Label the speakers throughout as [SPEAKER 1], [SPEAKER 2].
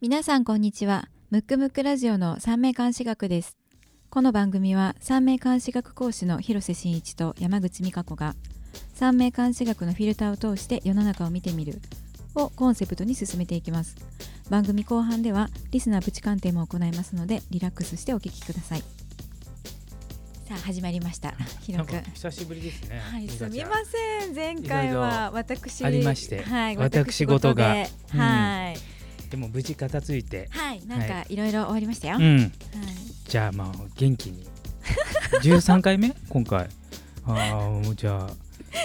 [SPEAKER 1] 皆さんこんにちはムックムックラジオの三名監視学ですこの番組は三名監視学講師の広瀬真一と山口美香子が三名監視学のフィルターを通して世の中を見てみるをコンセプトに進めていきます番組後半ではリスナープチ鑑定も行いますのでリラックスしてお聞きくださいさあ始まりましたひ
[SPEAKER 2] な
[SPEAKER 1] ろ
[SPEAKER 2] ん
[SPEAKER 1] くん
[SPEAKER 2] か久しぶりですね。
[SPEAKER 1] はい、
[SPEAKER 2] リ
[SPEAKER 1] す
[SPEAKER 2] カち
[SPEAKER 1] み
[SPEAKER 2] ゃん
[SPEAKER 1] ません前回は私
[SPEAKER 2] ありまして
[SPEAKER 1] はい、
[SPEAKER 2] 私
[SPEAKER 1] 私事
[SPEAKER 2] 事が
[SPEAKER 1] で
[SPEAKER 2] うん
[SPEAKER 1] はい、
[SPEAKER 2] でも無事片付いて、
[SPEAKER 1] はい、なんかいろいろ終わりましたよ、
[SPEAKER 2] う
[SPEAKER 1] はい
[SPEAKER 2] ん、じゃあまあ元気に。十三 回目今回。ああもうじゃあ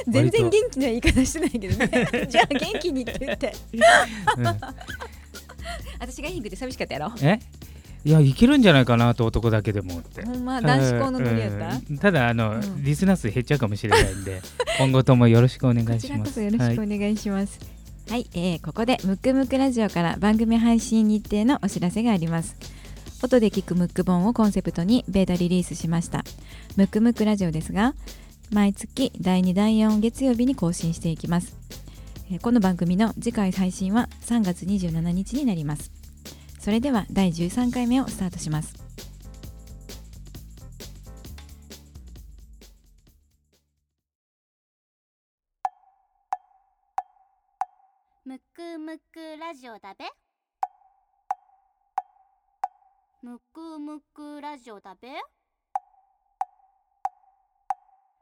[SPEAKER 1] 全然
[SPEAKER 2] 割と
[SPEAKER 1] 元気な言い方してないけどね じゃあ元気にって言って
[SPEAKER 2] うん
[SPEAKER 1] 私がいいくて寂しかったやろ
[SPEAKER 2] えいやいけるんじゃないかなと男だけでもって。
[SPEAKER 1] ほんま男子校のノリやった、
[SPEAKER 2] うんただあの、
[SPEAKER 1] うん
[SPEAKER 2] リスナー数減っちゃうかもしれない んで今後ともよろしくお願
[SPEAKER 1] こ
[SPEAKER 2] い
[SPEAKER 1] ち
[SPEAKER 2] し
[SPEAKER 1] ら
[SPEAKER 2] ま
[SPEAKER 1] こ
[SPEAKER 2] す
[SPEAKER 1] そよろしく
[SPEAKER 2] はい
[SPEAKER 1] お願いします。はい、えーここでムックムックラジオから番組配信日程のお知らせがあります。音で聞くムック本をコンセプトにベータリリースしました。ムックムックラジオですが、毎月第2第4月曜日に更新していきます。えーこの番組の次回配信は3月27日になります。それでは第13回目をスタートします。
[SPEAKER 3] むくむくラジオだべむくむくラジオだべ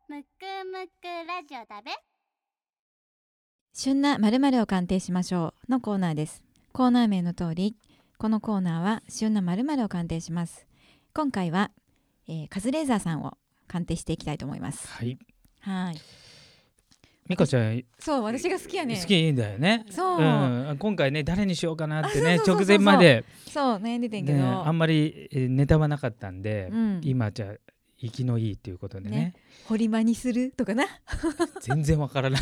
[SPEAKER 3] むくむくラジオだべ
[SPEAKER 1] 旬な〇〇を鑑定しましょうのコーナーですコーナー名の通りこのコーナーは旬な〇〇を鑑定します今回は、えーカズレーザーさんを鑑定していきたいと思います
[SPEAKER 2] はい。
[SPEAKER 1] はい
[SPEAKER 2] 美香ちゃん
[SPEAKER 1] そう私が好きやね
[SPEAKER 2] 好きだよね。
[SPEAKER 1] そう、
[SPEAKER 2] うん、今回ね誰にしようかなってね
[SPEAKER 1] あそうそうそうそう
[SPEAKER 2] 直前まで
[SPEAKER 1] そう悩んでてんけど、
[SPEAKER 2] ねあんまりえーネタはなかったんで、
[SPEAKER 1] うん
[SPEAKER 2] 今じゃ生きのいいっていうことでね
[SPEAKER 1] ね掘り場にするとかな
[SPEAKER 2] 全然 わからない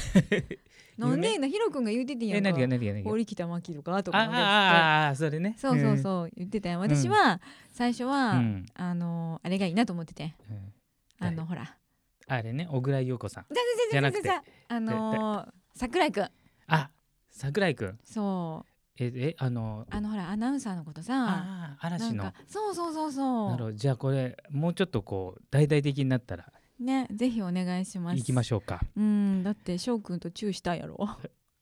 [SPEAKER 1] なんでなヒロ君が言うててんや
[SPEAKER 2] え
[SPEAKER 1] んか
[SPEAKER 2] 何が何が何が
[SPEAKER 1] 堀北真希とかと
[SPEAKER 2] あ
[SPEAKER 1] か
[SPEAKER 2] あ
[SPEAKER 1] なんか言って
[SPEAKER 2] あああそれね
[SPEAKER 1] そうそうそう言ってたやん私は最初
[SPEAKER 2] う
[SPEAKER 1] は、
[SPEAKER 2] ん、うん
[SPEAKER 1] あのーあれがいいなと思ってて
[SPEAKER 2] うん
[SPEAKER 1] あの、
[SPEAKER 2] は
[SPEAKER 1] ほら
[SPEAKER 2] あれね小倉優子さん
[SPEAKER 1] じ
[SPEAKER 2] じ
[SPEAKER 1] ゃ
[SPEAKER 2] ゃ
[SPEAKER 1] な
[SPEAKER 2] な
[SPEAKER 1] く
[SPEAKER 2] く
[SPEAKER 1] て
[SPEAKER 2] て
[SPEAKER 1] あのー桜井くん
[SPEAKER 2] あ桜井くん
[SPEAKER 1] そう
[SPEAKER 2] ええあの
[SPEAKER 1] あのほらアナウンサーのことさ
[SPEAKER 2] あー
[SPEAKER 1] な
[SPEAKER 2] 嵐
[SPEAKER 1] ん
[SPEAKER 2] の
[SPEAKER 1] かそうそうそうそ
[SPEAKER 2] なるほどじゃあこれもうちょっとこう大々的になったら
[SPEAKER 1] うねぜひお願いします
[SPEAKER 2] 行きましょう か
[SPEAKER 1] ううんだって翔くんとチューした やろ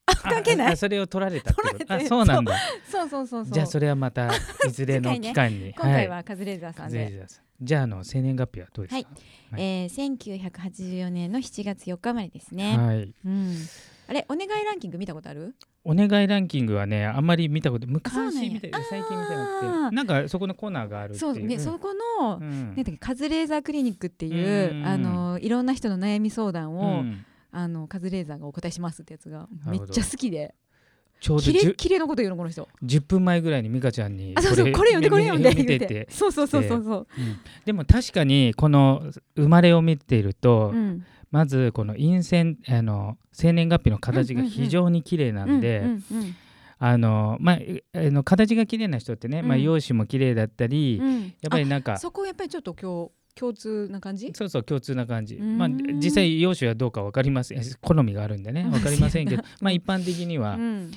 [SPEAKER 1] 関係ない
[SPEAKER 2] ああそれを取られたってこと
[SPEAKER 1] 取られて
[SPEAKER 2] あそうなんだ
[SPEAKER 1] そうそうそうそう
[SPEAKER 2] じゃあそれはまたいずれの
[SPEAKER 1] 次回ね
[SPEAKER 2] 期間に、
[SPEAKER 1] 今回はカズレーザーさんで、
[SPEAKER 2] ゼリーですじゃああの生年月日はどうですかはい
[SPEAKER 1] えー、1984年の7月4日生まれですね、
[SPEAKER 2] はい
[SPEAKER 1] うんあれお願いランキング見たことある
[SPEAKER 2] お願いランキングはねあんまり見たこと
[SPEAKER 1] そうなんや
[SPEAKER 2] 昔見た
[SPEAKER 1] あー
[SPEAKER 2] 最近見たなくてなんかそこのコーナーがあるってい
[SPEAKER 1] そううね、
[SPEAKER 2] ん
[SPEAKER 1] そこの、
[SPEAKER 2] うん
[SPEAKER 1] なんだっけカズレーザークリニックっていう、
[SPEAKER 2] うん
[SPEAKER 1] あのいろんな人の悩み相談
[SPEAKER 2] う
[SPEAKER 1] を、
[SPEAKER 2] ん
[SPEAKER 1] あのカズレーザーがお答えしますってやつがめ
[SPEAKER 2] なる
[SPEAKER 1] っ
[SPEAKER 2] ほど
[SPEAKER 1] ちゃ好きで
[SPEAKER 2] ちょうど
[SPEAKER 1] キレッ
[SPEAKER 2] 10
[SPEAKER 1] キレのこと言うのこの人
[SPEAKER 2] 10分前ぐらいに美香ちゃんに
[SPEAKER 1] あそうそうこれ読んでこれ読んで言
[SPEAKER 2] 見て
[SPEAKER 1] う
[SPEAKER 2] て
[SPEAKER 1] て、そうそうそうそうそう
[SPEAKER 2] うんでも確かにこの生まれを見ていると、
[SPEAKER 1] うん
[SPEAKER 2] まずこの陰線あの生年月日の形が非常に綺麗なんで、
[SPEAKER 1] うんうん
[SPEAKER 2] あのまああの形が綺麗な人ってね、まあ
[SPEAKER 1] うん
[SPEAKER 2] 容姿も綺麗だったり、
[SPEAKER 1] うんうん
[SPEAKER 2] やっぱりなんか
[SPEAKER 1] あそこやっぱりちょっと今日共通な感じ
[SPEAKER 2] そうそう共通な感じ、
[SPEAKER 1] うーん
[SPEAKER 2] まあ、実際容姿はどうか分かりません好みがあるんでね
[SPEAKER 1] うん
[SPEAKER 2] 分かりませんけ
[SPEAKER 1] そ
[SPEAKER 2] ど
[SPEAKER 1] うや、
[SPEAKER 2] まあ、一般的には
[SPEAKER 1] うん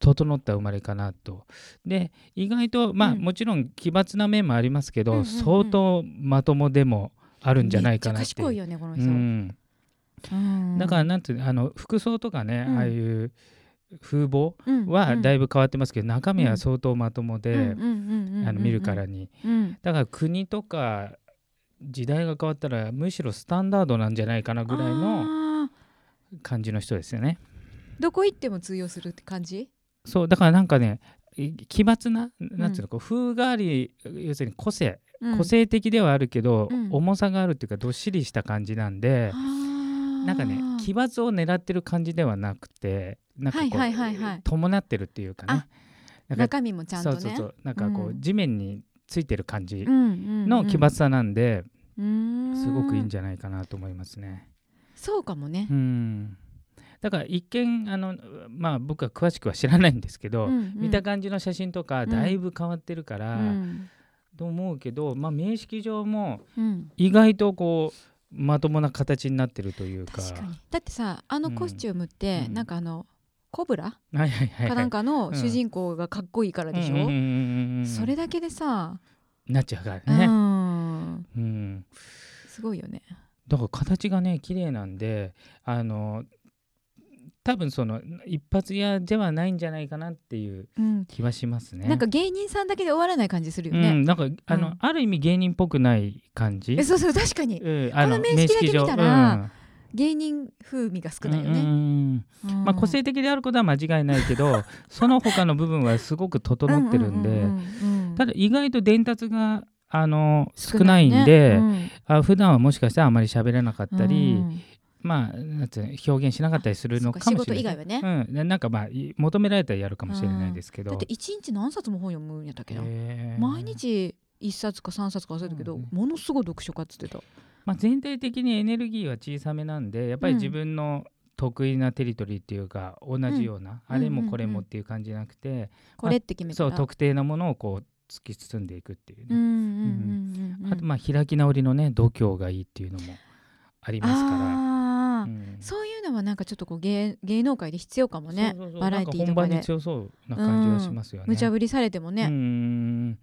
[SPEAKER 2] 整った生まれかなと。で意外とまあ、
[SPEAKER 1] うん
[SPEAKER 2] もちろん奇抜な面もありますけど、
[SPEAKER 1] うんうんうん
[SPEAKER 2] 相当まともでもあるんじゃないかな
[SPEAKER 1] め
[SPEAKER 2] っ
[SPEAKER 1] っちゃ
[SPEAKER 2] てい
[SPEAKER 1] 賢
[SPEAKER 2] う
[SPEAKER 1] い。よねこの
[SPEAKER 2] う
[SPEAKER 1] 人、う
[SPEAKER 2] ん、
[SPEAKER 1] ん
[SPEAKER 2] だからなんていうのあの服装とかね、
[SPEAKER 1] うん
[SPEAKER 2] ああいう風貌
[SPEAKER 1] うん
[SPEAKER 2] はだ
[SPEAKER 1] い
[SPEAKER 2] いぶ変わってますけど、中身は相当まともで、あの見るからに
[SPEAKER 1] うん
[SPEAKER 2] だから国とか時代が変わったらむしろスタンダードなんじゃないかなぐらいの
[SPEAKER 1] あー
[SPEAKER 2] 感じの人ですよね。
[SPEAKER 1] どこ行っても通用するって感じ
[SPEAKER 2] そうだからなんかねい奇抜ななんていうの、こう風変わり要するに個性、
[SPEAKER 1] うん
[SPEAKER 2] 個性的ではあるけど、
[SPEAKER 1] うん
[SPEAKER 2] 重さがあるっていうかどっしりした感じなんで、
[SPEAKER 1] な
[SPEAKER 2] なんかね奇抜を狙ってる感じではなくてなんかこう、
[SPEAKER 1] はいはいはいはい
[SPEAKER 2] 伴ってるっていうかねなん
[SPEAKER 1] 中
[SPEAKER 2] か
[SPEAKER 1] 身もちゃんとね
[SPEAKER 2] そうそうそうなんかこう、
[SPEAKER 1] うん
[SPEAKER 2] 地面についてる感じ
[SPEAKER 1] うんうんうん
[SPEAKER 2] の奇抜さなんで、
[SPEAKER 1] うーん
[SPEAKER 2] すごくいいんじゃないかなと思いますね。
[SPEAKER 1] そうかもね
[SPEAKER 2] う、んだから一見あのまあ僕は詳しくは知らないんですけど、
[SPEAKER 1] うんうん
[SPEAKER 2] 見た感じの写真とか
[SPEAKER 1] うん
[SPEAKER 2] だいぶ変わってるから、
[SPEAKER 1] うん
[SPEAKER 2] と思うけど、まあ、名識上も
[SPEAKER 1] うん
[SPEAKER 2] 意外とこうまともな形になってるというか
[SPEAKER 1] 確かにだってさあのコスチュームって、
[SPEAKER 2] うん
[SPEAKER 1] なんかあのコブラ
[SPEAKER 2] はいはいはいはい
[SPEAKER 1] かなんかの
[SPEAKER 2] うん
[SPEAKER 1] 主人公がかっこいいからでしょ、
[SPEAKER 2] うんうんうんうんうん
[SPEAKER 1] それだけでさ、
[SPEAKER 2] なっちゃうから
[SPEAKER 1] う
[SPEAKER 2] ね、
[SPEAKER 1] ん
[SPEAKER 2] うん、
[SPEAKER 1] すごいよね
[SPEAKER 2] だから形がね綺麗なんであの多分その一発屋ではないんじゃないかなっていう
[SPEAKER 1] うん
[SPEAKER 2] 気はしますね。
[SPEAKER 1] なんか芸人さんだけで終わらない感じするよ
[SPEAKER 2] う
[SPEAKER 1] ね、
[SPEAKER 2] ん、なんかあの、
[SPEAKER 1] うん
[SPEAKER 2] ある意味芸人っぽくない感じ。
[SPEAKER 1] えそうそう確かに
[SPEAKER 2] うんあ
[SPEAKER 1] この面識だけ見たら
[SPEAKER 2] 面
[SPEAKER 1] 芸人風味が少
[SPEAKER 2] 識上
[SPEAKER 1] ないよ
[SPEAKER 2] うんう
[SPEAKER 1] ね、
[SPEAKER 2] んうん
[SPEAKER 1] うん
[SPEAKER 2] まあ個性的であることは間違いない けどその他の部分はすごく整ってるんで、
[SPEAKER 1] ううんうんうん
[SPEAKER 2] ただ意外と伝達があの少
[SPEAKER 1] 少
[SPEAKER 2] ないん
[SPEAKER 1] ね
[SPEAKER 2] で、あ普段はもしかしたらあまり喋らなかっ
[SPEAKER 1] うん
[SPEAKER 2] たり、
[SPEAKER 1] うん
[SPEAKER 2] まあなんつうの表現しなかったりする
[SPEAKER 1] そ
[SPEAKER 2] の
[SPEAKER 1] うか
[SPEAKER 2] か
[SPEAKER 1] 仕
[SPEAKER 2] もし
[SPEAKER 1] 事
[SPEAKER 2] れ
[SPEAKER 1] 以
[SPEAKER 2] ない
[SPEAKER 1] 外。はね、
[SPEAKER 2] うん、ななんかまあい求められたらやるかもしれないですけど、
[SPEAKER 1] だって一日何冊も本読むんやったっけな、
[SPEAKER 2] へー
[SPEAKER 1] 毎、日一冊か三冊か忘れたけど、
[SPEAKER 2] うんうん
[SPEAKER 1] ものすごい読書家っつってた、
[SPEAKER 2] まあ、全体的にエネルギーは小さめなんでやっぱり自分の得意なテリトリーっていうか同じような、
[SPEAKER 1] うん
[SPEAKER 2] あれ
[SPEAKER 1] うんうんう
[SPEAKER 2] も
[SPEAKER 1] ん
[SPEAKER 2] これもっていう感じじゃなくて、
[SPEAKER 1] これって決めた
[SPEAKER 2] そ
[SPEAKER 1] ら
[SPEAKER 2] う特定なものをこう突き進んでいくっていう
[SPEAKER 1] うん
[SPEAKER 2] ね、
[SPEAKER 1] うんうんうんうん
[SPEAKER 2] あとまあ開き直りのね度胸がいいっていうのもありますか
[SPEAKER 1] あ
[SPEAKER 2] ら、
[SPEAKER 1] ー
[SPEAKER 2] ん
[SPEAKER 1] そういうのはなんかちょっとこう芸芸能界で必要かもね
[SPEAKER 2] そうそうそう
[SPEAKER 1] バラエティーと
[SPEAKER 2] な
[SPEAKER 1] か
[SPEAKER 2] ん本番
[SPEAKER 1] で
[SPEAKER 2] に強そうな感じはしますよね。
[SPEAKER 1] 無茶ぶりされても
[SPEAKER 2] う
[SPEAKER 1] ね、
[SPEAKER 2] ん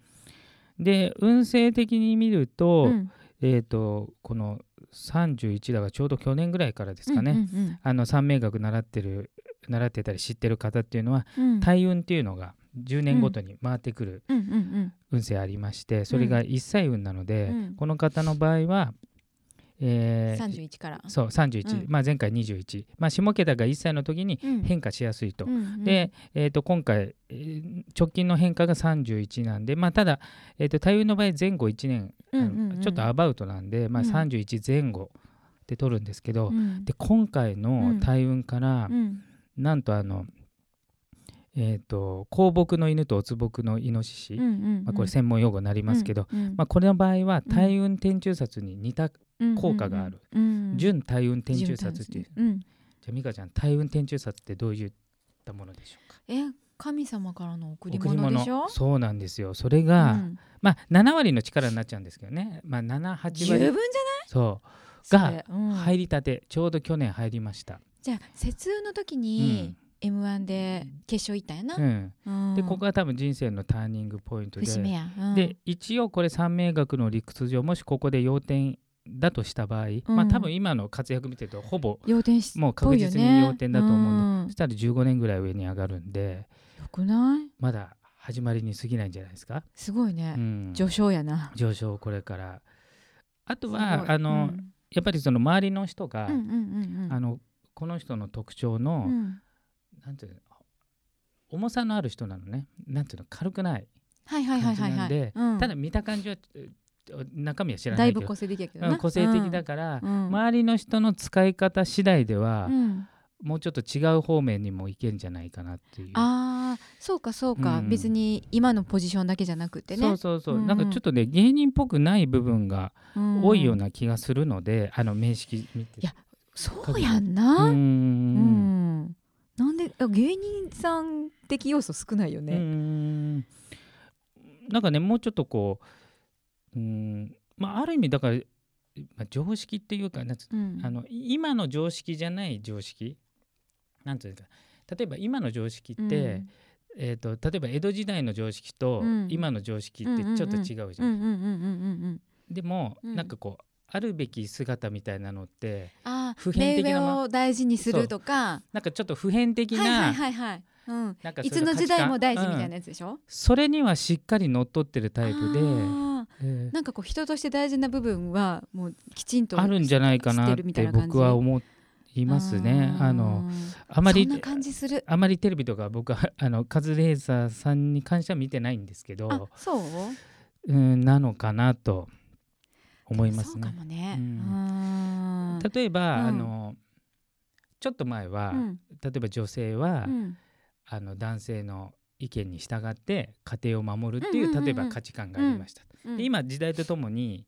[SPEAKER 2] で運勢的に見ると,、
[SPEAKER 1] うん
[SPEAKER 2] えー、とこの31だがちょうど去年ぐらいからですかね、
[SPEAKER 1] うん
[SPEAKER 2] あの三名学習ってる習ってたり知ってる方っていうのは
[SPEAKER 1] うんうん
[SPEAKER 2] 大運っていうのが10年ごとに回ってくる
[SPEAKER 1] うんうんうん
[SPEAKER 2] 運勢ありましてそれが一歳運なので、
[SPEAKER 1] うん
[SPEAKER 2] この方の場合は、えー
[SPEAKER 1] 31から、
[SPEAKER 2] そう31、
[SPEAKER 1] うん
[SPEAKER 2] まあ、前回21、まあ、下桁が1歳の時に
[SPEAKER 1] うん
[SPEAKER 2] 変化しやすいと。
[SPEAKER 1] うんうん
[SPEAKER 2] で、えー、と今回、えー直近の変化が31なんで、まあ、ただ、えー、と対運の場合前後1年、
[SPEAKER 1] うん
[SPEAKER 2] あ
[SPEAKER 1] う
[SPEAKER 2] の
[SPEAKER 1] んうん
[SPEAKER 2] ちょっとアバウトなんで、まあ、
[SPEAKER 1] うん
[SPEAKER 2] 31前後で取るんですけど、
[SPEAKER 1] うん
[SPEAKER 2] で今回
[SPEAKER 1] う
[SPEAKER 2] の
[SPEAKER 1] ん
[SPEAKER 2] 大運から、
[SPEAKER 1] うん
[SPEAKER 2] なんとあのえっ、と香木の犬とおつぼくのイノシシ、
[SPEAKER 1] うんうんうん
[SPEAKER 2] まあ、これ専門用語になりますけど、
[SPEAKER 1] うんうん
[SPEAKER 2] まあ、これの場合は大運天中殺に似た効果がある、
[SPEAKER 1] うんうんうん
[SPEAKER 2] 準大運天中殺っていう、
[SPEAKER 1] うんうん
[SPEAKER 2] じゃあ美香ちゃん大運天中殺ってどういったものでしょうか
[SPEAKER 1] え神様からの贈り物でしょ
[SPEAKER 2] そうなんですよそれが、
[SPEAKER 1] うん
[SPEAKER 2] まあ7割の力になっちゃうんですけどねまあ78
[SPEAKER 1] 十分じゃな
[SPEAKER 2] 割
[SPEAKER 1] い
[SPEAKER 2] そう
[SPEAKER 1] それう
[SPEAKER 2] が
[SPEAKER 1] ん
[SPEAKER 2] 入りたて、ちょうど去年入りました、
[SPEAKER 1] じゃあ節運の時に m 1で決勝行ったんやな
[SPEAKER 2] う、ん、
[SPEAKER 1] うん
[SPEAKER 2] でここが多分人生のターニングポイントで
[SPEAKER 1] 節目や、うん
[SPEAKER 2] で一応これ三名学の理屈上もしここで要点だとした場合、
[SPEAKER 1] ん
[SPEAKER 2] まあ多分今の活躍見てるとほぼ
[SPEAKER 1] 要点し
[SPEAKER 2] もう確実に要点だと思うんでそしたら15年ぐらい上に上がるんで
[SPEAKER 1] よくない
[SPEAKER 2] まだ始まりに過ぎないんじゃないですか、
[SPEAKER 1] すごいうね、
[SPEAKER 2] ん、
[SPEAKER 1] 序章やな
[SPEAKER 2] 上昇これからあと
[SPEAKER 1] すご
[SPEAKER 2] はいあの、
[SPEAKER 1] うん
[SPEAKER 2] やっぱりその周りの人が、
[SPEAKER 1] うんうんうん
[SPEAKER 2] あのこの人の特徴の、
[SPEAKER 1] うん
[SPEAKER 2] なんていうの重さのある人なのねなんていうの軽くない、
[SPEAKER 1] はいはいはいはいは
[SPEAKER 2] 感
[SPEAKER 1] い
[SPEAKER 2] じなんで
[SPEAKER 1] うん
[SPEAKER 2] ただ見た感じはえ中身は知らな
[SPEAKER 1] だい
[SPEAKER 2] いけ
[SPEAKER 1] ぶ
[SPEAKER 2] ど
[SPEAKER 1] 個性的やけど
[SPEAKER 2] う
[SPEAKER 1] なん
[SPEAKER 2] 個性的だから、
[SPEAKER 1] うん
[SPEAKER 2] 周りの人の使い方次第では、
[SPEAKER 1] うん
[SPEAKER 2] もうちょっと違う方面にもいけるんじゃないかなっていう。
[SPEAKER 1] あーそうかそうか、
[SPEAKER 2] うん
[SPEAKER 1] 別に今のポジションだけじゃなくてね
[SPEAKER 2] そうそうそう、
[SPEAKER 1] うんうん
[SPEAKER 2] なんかちょっとね芸人っぽくない部分が
[SPEAKER 1] うん
[SPEAKER 2] 多いような気がするので、あの面識見て
[SPEAKER 1] いやそうやんな、
[SPEAKER 2] うー
[SPEAKER 1] うん
[SPEAKER 2] ん
[SPEAKER 1] なんであ芸人さん的要素少ないよ
[SPEAKER 2] う
[SPEAKER 1] ね、
[SPEAKER 2] ーんなんかねもうちょっとこううーんまあある意味だから、まあ、常識っていうかなんつ
[SPEAKER 1] うん
[SPEAKER 2] あの今の常識じゃない常識なんていうか例えば今の常識って、えー、と例えば江戸時代の常識と
[SPEAKER 1] うん
[SPEAKER 2] 今の常識ってちょっと違うじゃん,、
[SPEAKER 1] うんうんうんうんうんうんうん
[SPEAKER 2] でも、
[SPEAKER 1] うん
[SPEAKER 2] なんかこうあるべき姿みたいなのって
[SPEAKER 1] あ
[SPEAKER 2] 普
[SPEAKER 1] ー
[SPEAKER 2] 遍
[SPEAKER 1] 目
[SPEAKER 2] 的
[SPEAKER 1] 上
[SPEAKER 2] なま
[SPEAKER 1] を大事にするとか
[SPEAKER 2] なんかちょっと普遍的
[SPEAKER 1] はい
[SPEAKER 2] な,、
[SPEAKER 1] はいはいはい、うん、
[SPEAKER 2] なんか
[SPEAKER 1] い
[SPEAKER 2] それ
[SPEAKER 1] つの
[SPEAKER 2] が
[SPEAKER 1] 時代も大事みた
[SPEAKER 2] う
[SPEAKER 1] い
[SPEAKER 2] ん
[SPEAKER 1] なやつでしょ、
[SPEAKER 2] それにはしっかりのっとってるタイプで、
[SPEAKER 1] あ
[SPEAKER 2] え
[SPEAKER 1] ーなんかこう人として大事な部分はもうきちん
[SPEAKER 2] ー
[SPEAKER 1] と
[SPEAKER 2] あるんじゃないかなっ
[SPEAKER 1] してるみたい
[SPEAKER 2] て
[SPEAKER 1] な感じ
[SPEAKER 2] 僕は思いますね。あのあまり
[SPEAKER 1] そんな感じする
[SPEAKER 2] あまりテレビとか僕は あのカズレーザーさんに関しては見てないんですけ
[SPEAKER 1] あ
[SPEAKER 2] ど
[SPEAKER 1] そう
[SPEAKER 2] うんなのかなと思いま
[SPEAKER 1] そ
[SPEAKER 2] す
[SPEAKER 1] うか
[SPEAKER 2] ね。
[SPEAKER 1] もね、
[SPEAKER 2] う
[SPEAKER 1] うんん、
[SPEAKER 2] 例えば、
[SPEAKER 1] うん
[SPEAKER 2] あのちょっと前は、
[SPEAKER 1] うん
[SPEAKER 2] 例えば女性は、
[SPEAKER 1] うん
[SPEAKER 2] あの男性の意見に従って家庭を守るっていう,、
[SPEAKER 1] うんうんうんうん
[SPEAKER 2] 例えば価値観がありました、
[SPEAKER 1] うん
[SPEAKER 2] で今時代とともに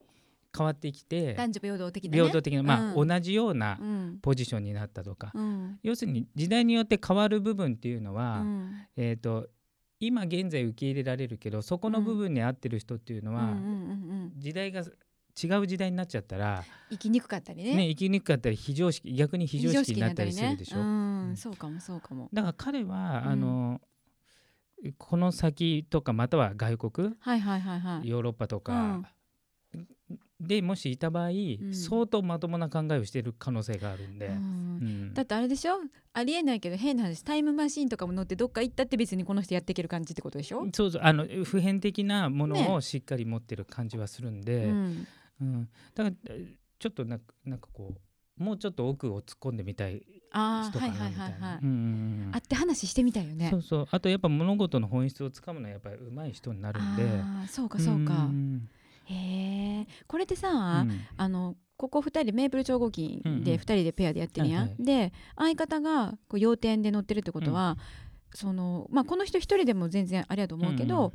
[SPEAKER 2] 変わってきて
[SPEAKER 1] 男女平等的な、ね、
[SPEAKER 2] 平等的な、まあ
[SPEAKER 1] うん
[SPEAKER 2] 同じような
[SPEAKER 1] うん
[SPEAKER 2] ポジションになったとか、
[SPEAKER 1] うん
[SPEAKER 2] 要するに時代によって変わる部分っていうのは、
[SPEAKER 1] うん
[SPEAKER 2] えー、と今現在受け入れられるけどそこの部分に合ってる人っていうのは、
[SPEAKER 1] うんうんうんうん
[SPEAKER 2] 時代が違う時代になっちゃったら、
[SPEAKER 1] 生きにくかったりね
[SPEAKER 2] ね、生きにくかったり非常識逆に非常識になったりするでし
[SPEAKER 1] 非常
[SPEAKER 2] ょ。
[SPEAKER 1] 識になったりねうん
[SPEAKER 2] うん
[SPEAKER 1] そうかもそうかも
[SPEAKER 2] だから彼は、
[SPEAKER 1] うん
[SPEAKER 2] あのこの先とかまたは外国、
[SPEAKER 1] はいはいはいはい
[SPEAKER 2] ヨーロッパとか、でもしいた場合、
[SPEAKER 1] ん
[SPEAKER 2] 相当まともな考えをしている可能性があるんで、
[SPEAKER 1] うん
[SPEAKER 2] うん
[SPEAKER 1] だってあれでしょありえないけど変な話タイムマシンとかも乗ってどっか行ったって別にこの人やっていける感じってことでしょ、
[SPEAKER 2] そうそうあの普遍的なも
[SPEAKER 1] ね
[SPEAKER 2] のをしっかり持ってる感じはするん
[SPEAKER 1] う
[SPEAKER 2] で、
[SPEAKER 1] ん
[SPEAKER 2] うんだからえちょっとなんかなんかこうもうちょっと奥を突っ込んでみたい
[SPEAKER 1] ああ
[SPEAKER 2] 人
[SPEAKER 1] は
[SPEAKER 2] か
[SPEAKER 1] い
[SPEAKER 2] な
[SPEAKER 1] はい
[SPEAKER 2] みた
[SPEAKER 1] はいいは、
[SPEAKER 2] ないうんうんうん
[SPEAKER 1] 会って話してみたいよね
[SPEAKER 2] そうそうあとやっぱ物事の本質をつかむのはやっぱり上手い人になるんで。
[SPEAKER 1] ああそうかそうか
[SPEAKER 2] ん
[SPEAKER 1] へえこれってさ、
[SPEAKER 2] うん
[SPEAKER 1] あのここ2人メープル超合金
[SPEAKER 2] うんう
[SPEAKER 1] で
[SPEAKER 2] ん
[SPEAKER 1] 2人でペアでやってるやん、
[SPEAKER 2] はいはい
[SPEAKER 1] で相方がこう要点で乗ってるってことは、そのまあ、この人1人でも全然あれやと思うけど、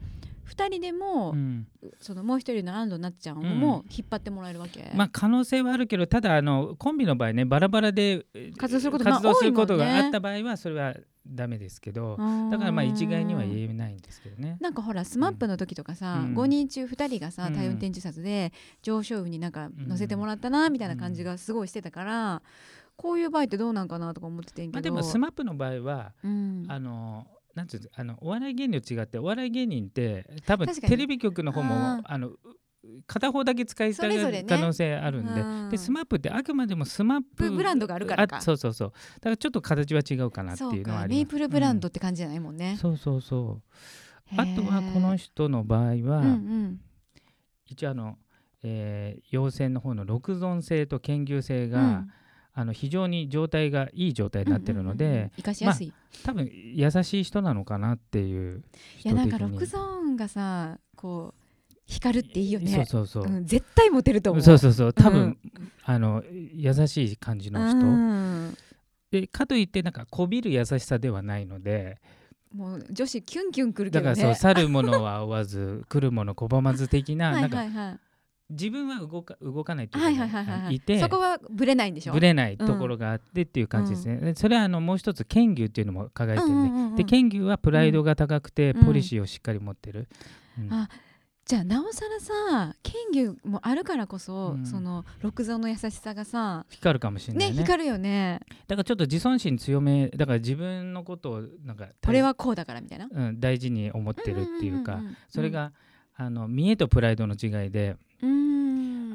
[SPEAKER 1] 2人でも、
[SPEAKER 2] うん
[SPEAKER 1] そのもう1人の安藤なっちゃんを
[SPEAKER 2] うん
[SPEAKER 1] も引っ張ってもらえるわけ、
[SPEAKER 2] まあ可能性はあるけどただあのコンビの場合ねバラバラでえ
[SPEAKER 1] 活動すること
[SPEAKER 2] 活
[SPEAKER 1] まあ
[SPEAKER 2] 動すること
[SPEAKER 1] 多いもん
[SPEAKER 2] が
[SPEAKER 1] ね
[SPEAKER 2] あった場合はそれはダメですけど、
[SPEAKER 1] だ
[SPEAKER 2] だからまあ一概には言えないんですけどね。
[SPEAKER 1] なんかほらスマップの時とかさ、
[SPEAKER 2] うん
[SPEAKER 1] 5人中2人がさ
[SPEAKER 2] うん
[SPEAKER 1] 体温転自殺で上昇部になんか乗せてもらったなみたいな感じがすごいしてたから、こういう場合ってどうなんかなとか思っててんけど、
[SPEAKER 2] まあでもスマップの場合は
[SPEAKER 1] うん、
[SPEAKER 2] あのなんていうんですかあのお笑い芸人と違ってお笑い芸人って多分
[SPEAKER 1] 確かに
[SPEAKER 2] テレビ局の方も
[SPEAKER 1] あ
[SPEAKER 2] あのう片方だけ使いた
[SPEAKER 1] そ
[SPEAKER 2] が
[SPEAKER 1] れぞれね
[SPEAKER 2] る可能性あるんで。
[SPEAKER 1] うん
[SPEAKER 2] でスマップってあくまでもスマップ
[SPEAKER 1] ブランドがあるからか
[SPEAKER 2] そうそうそうだからちょっと形は違うかなって
[SPEAKER 1] そ
[SPEAKER 2] いううのは
[SPEAKER 1] か
[SPEAKER 2] あります
[SPEAKER 1] メイプルブランドって感じじゃないもん
[SPEAKER 2] うん
[SPEAKER 1] ね。
[SPEAKER 2] そうそうそうあとはこの
[SPEAKER 1] 人
[SPEAKER 2] 人の場合は、
[SPEAKER 1] うんうん、
[SPEAKER 2] 一応あの、えー陽性の方の六存性と研究性が、
[SPEAKER 1] うん
[SPEAKER 2] あの非常に状態がいい状態になってるので、
[SPEAKER 1] うんうんうん生かしやすい。
[SPEAKER 2] 多分優しい人なのかなっていう
[SPEAKER 1] い
[SPEAKER 2] 人
[SPEAKER 1] やなんか
[SPEAKER 2] 的
[SPEAKER 1] ロ
[SPEAKER 2] に
[SPEAKER 1] ックゾーンがさこう光るっていいよね。
[SPEAKER 2] そうそうそう、
[SPEAKER 1] うん、絶対モテると思う。
[SPEAKER 2] そうそうそう多分、
[SPEAKER 1] うん
[SPEAKER 2] あの優しい感じの人、
[SPEAKER 1] うん
[SPEAKER 2] でかといってなんかこびる優しさではないので
[SPEAKER 1] もう女子キュンキュンくるけ
[SPEAKER 2] だ
[SPEAKER 1] ど
[SPEAKER 2] か
[SPEAKER 1] ね。
[SPEAKER 2] らそう、去るものは追わず来るもの拒まず的な,、
[SPEAKER 1] はい
[SPEAKER 2] な
[SPEAKER 1] は
[SPEAKER 2] んか
[SPEAKER 1] いはい。
[SPEAKER 2] 自分は動か動かないという
[SPEAKER 1] はいはい
[SPEAKER 2] 人
[SPEAKER 1] はいはいは
[SPEAKER 2] が
[SPEAKER 1] い
[SPEAKER 2] いて
[SPEAKER 1] そこはブレないんでしょ
[SPEAKER 2] ぶれないところがあってっていう感じですね、でそれはあのもう一つ剣牛っていうのも輝いてるね、
[SPEAKER 1] うんうんうんうん
[SPEAKER 2] で剣牛はプライドが高くて
[SPEAKER 1] うん
[SPEAKER 2] ポリシーをしっかり持ってる、うん
[SPEAKER 1] あじゃあなおさらさ剣牛もあるからこそ、
[SPEAKER 2] うん
[SPEAKER 1] その六蔵の優しさがさ
[SPEAKER 2] 光るかもしれな
[SPEAKER 1] ね
[SPEAKER 2] いね
[SPEAKER 1] 光るよね
[SPEAKER 2] だからちょっと自尊心強めだから自分のことをなんか
[SPEAKER 1] これはこうだからみたいな。
[SPEAKER 2] うん、大事に思ってるっていうか、
[SPEAKER 1] んんんん
[SPEAKER 2] それが、あの見栄とプライドの違いで、
[SPEAKER 1] うん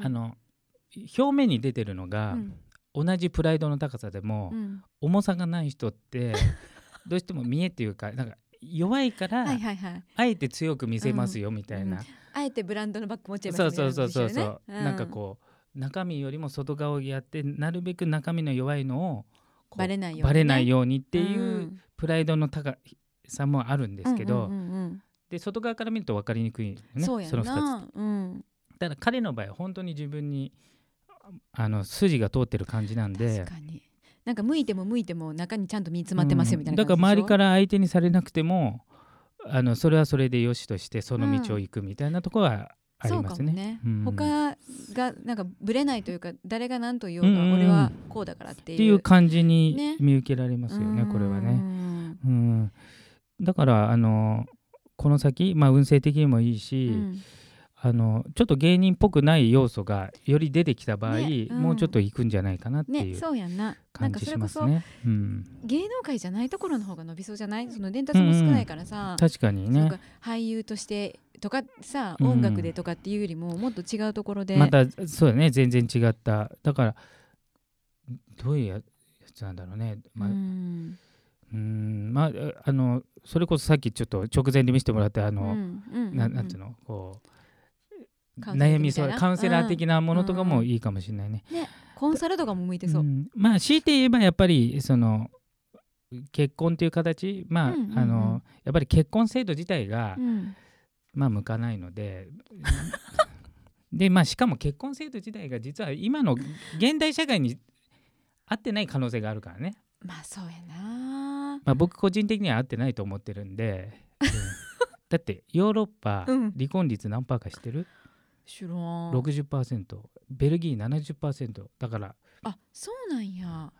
[SPEAKER 2] あの表面に出てるの
[SPEAKER 1] う
[SPEAKER 2] が、
[SPEAKER 1] ん
[SPEAKER 2] 同じプライドの高さでも、
[SPEAKER 1] うん
[SPEAKER 2] 重さがない人って どうしても見栄っていうかなんか弱いから、
[SPEAKER 1] はいはいはい
[SPEAKER 2] あえて強く見せますよみたいな、
[SPEAKER 1] うんあえてブランドのバッグ持っちゃいます
[SPEAKER 2] そう
[SPEAKER 1] みたい
[SPEAKER 2] そ
[SPEAKER 1] な
[SPEAKER 2] うそうそう
[SPEAKER 1] ことで
[SPEAKER 2] そ
[SPEAKER 1] す
[SPEAKER 2] う
[SPEAKER 1] よ、ね
[SPEAKER 2] なんかこう中身よりも外側をやってなるべく中身の弱いのをこう
[SPEAKER 1] バレないようにね
[SPEAKER 2] バレないようにっていう、
[SPEAKER 1] ん
[SPEAKER 2] プライドの高さもあるんですけ
[SPEAKER 1] う
[SPEAKER 2] ど、
[SPEAKER 1] んうんうん
[SPEAKER 2] で外側から見ると分かりにくいよ
[SPEAKER 1] うん
[SPEAKER 2] ね
[SPEAKER 1] そうやん
[SPEAKER 2] の二つ
[SPEAKER 1] なうん
[SPEAKER 2] ただ彼の場合は本当に自分にあの筋が通ってる感じなんで
[SPEAKER 1] 確かになんか向いても向いても中にちゃんと身詰まってますよみたいな
[SPEAKER 2] うんだから周りからら相手にされなくてもあのそれはそれでよしとしてその道を行くみたいなところはあ
[SPEAKER 1] そ
[SPEAKER 2] り
[SPEAKER 1] う
[SPEAKER 2] ま
[SPEAKER 1] か
[SPEAKER 2] す
[SPEAKER 1] も
[SPEAKER 2] ね。
[SPEAKER 1] ね
[SPEAKER 2] うん
[SPEAKER 1] 他がなんかぶれないというか誰が何と言おう
[SPEAKER 2] うんうん
[SPEAKER 1] が
[SPEAKER 2] うん
[SPEAKER 1] 俺はこうだからって
[SPEAKER 2] って
[SPEAKER 1] い
[SPEAKER 2] いう
[SPEAKER 1] う
[SPEAKER 2] 感じ
[SPEAKER 1] ね
[SPEAKER 2] に見受けられますよねこれは
[SPEAKER 1] う
[SPEAKER 2] ね。
[SPEAKER 1] ん
[SPEAKER 2] うん、だからあのこの先、まあ、運勢的にもいいし、
[SPEAKER 1] うん
[SPEAKER 2] あのちょっと芸人っぽくない要素がより出てきた場合、
[SPEAKER 1] ねうん
[SPEAKER 2] もうちょっと行くんじゃないかなってい
[SPEAKER 1] ね
[SPEAKER 2] う
[SPEAKER 1] そうやんななん
[SPEAKER 2] 感
[SPEAKER 1] か
[SPEAKER 2] じ
[SPEAKER 1] そ
[SPEAKER 2] し
[SPEAKER 1] れこ
[SPEAKER 2] ます
[SPEAKER 1] そ
[SPEAKER 2] ね。うん、
[SPEAKER 1] 芸能界じゃないところの方が伸びそうじゃないその伝達も少ないからさ
[SPEAKER 2] 確かに
[SPEAKER 1] なん
[SPEAKER 2] ね
[SPEAKER 1] か俳優としてとかさ
[SPEAKER 2] うん
[SPEAKER 1] 音楽でとかっていうよりももっと違うところで
[SPEAKER 2] またそうだね全然違っただからどういうやつなんだろうね、まあ
[SPEAKER 1] う
[SPEAKER 2] うん
[SPEAKER 1] ん
[SPEAKER 2] ーんまああのそれこそさっきちょっと直前で見せてもらったあ
[SPEAKER 1] う
[SPEAKER 2] の、
[SPEAKER 1] んうん
[SPEAKER 2] ななんていう
[SPEAKER 1] う
[SPEAKER 2] のこう
[SPEAKER 1] カウンセリング
[SPEAKER 2] 悩み
[SPEAKER 1] みた
[SPEAKER 2] そ
[SPEAKER 1] いうな
[SPEAKER 2] カウンセラー的なものとか
[SPEAKER 1] う
[SPEAKER 2] も
[SPEAKER 1] ん
[SPEAKER 2] いいかもしれないね。
[SPEAKER 1] コンサルとかも向いてそううん
[SPEAKER 2] まあ強いて言えばやっぱりその結婚という形まあ、
[SPEAKER 1] うんうんうん
[SPEAKER 2] あのやっぱり結婚制度自体が、
[SPEAKER 1] うん
[SPEAKER 2] まあ向かないので でまあしかも結婚制度自体が実は今の現代社会に合ってない可能性があるからね、
[SPEAKER 1] まあそうやな
[SPEAKER 2] まあ、僕個人的には合ってないと思ってるんで、 うんだってヨーロッパ
[SPEAKER 1] うん
[SPEAKER 2] 離婚率何パーか知ってる、
[SPEAKER 1] 知らん
[SPEAKER 2] ?60% ベルギー70%だから
[SPEAKER 1] あそうなんや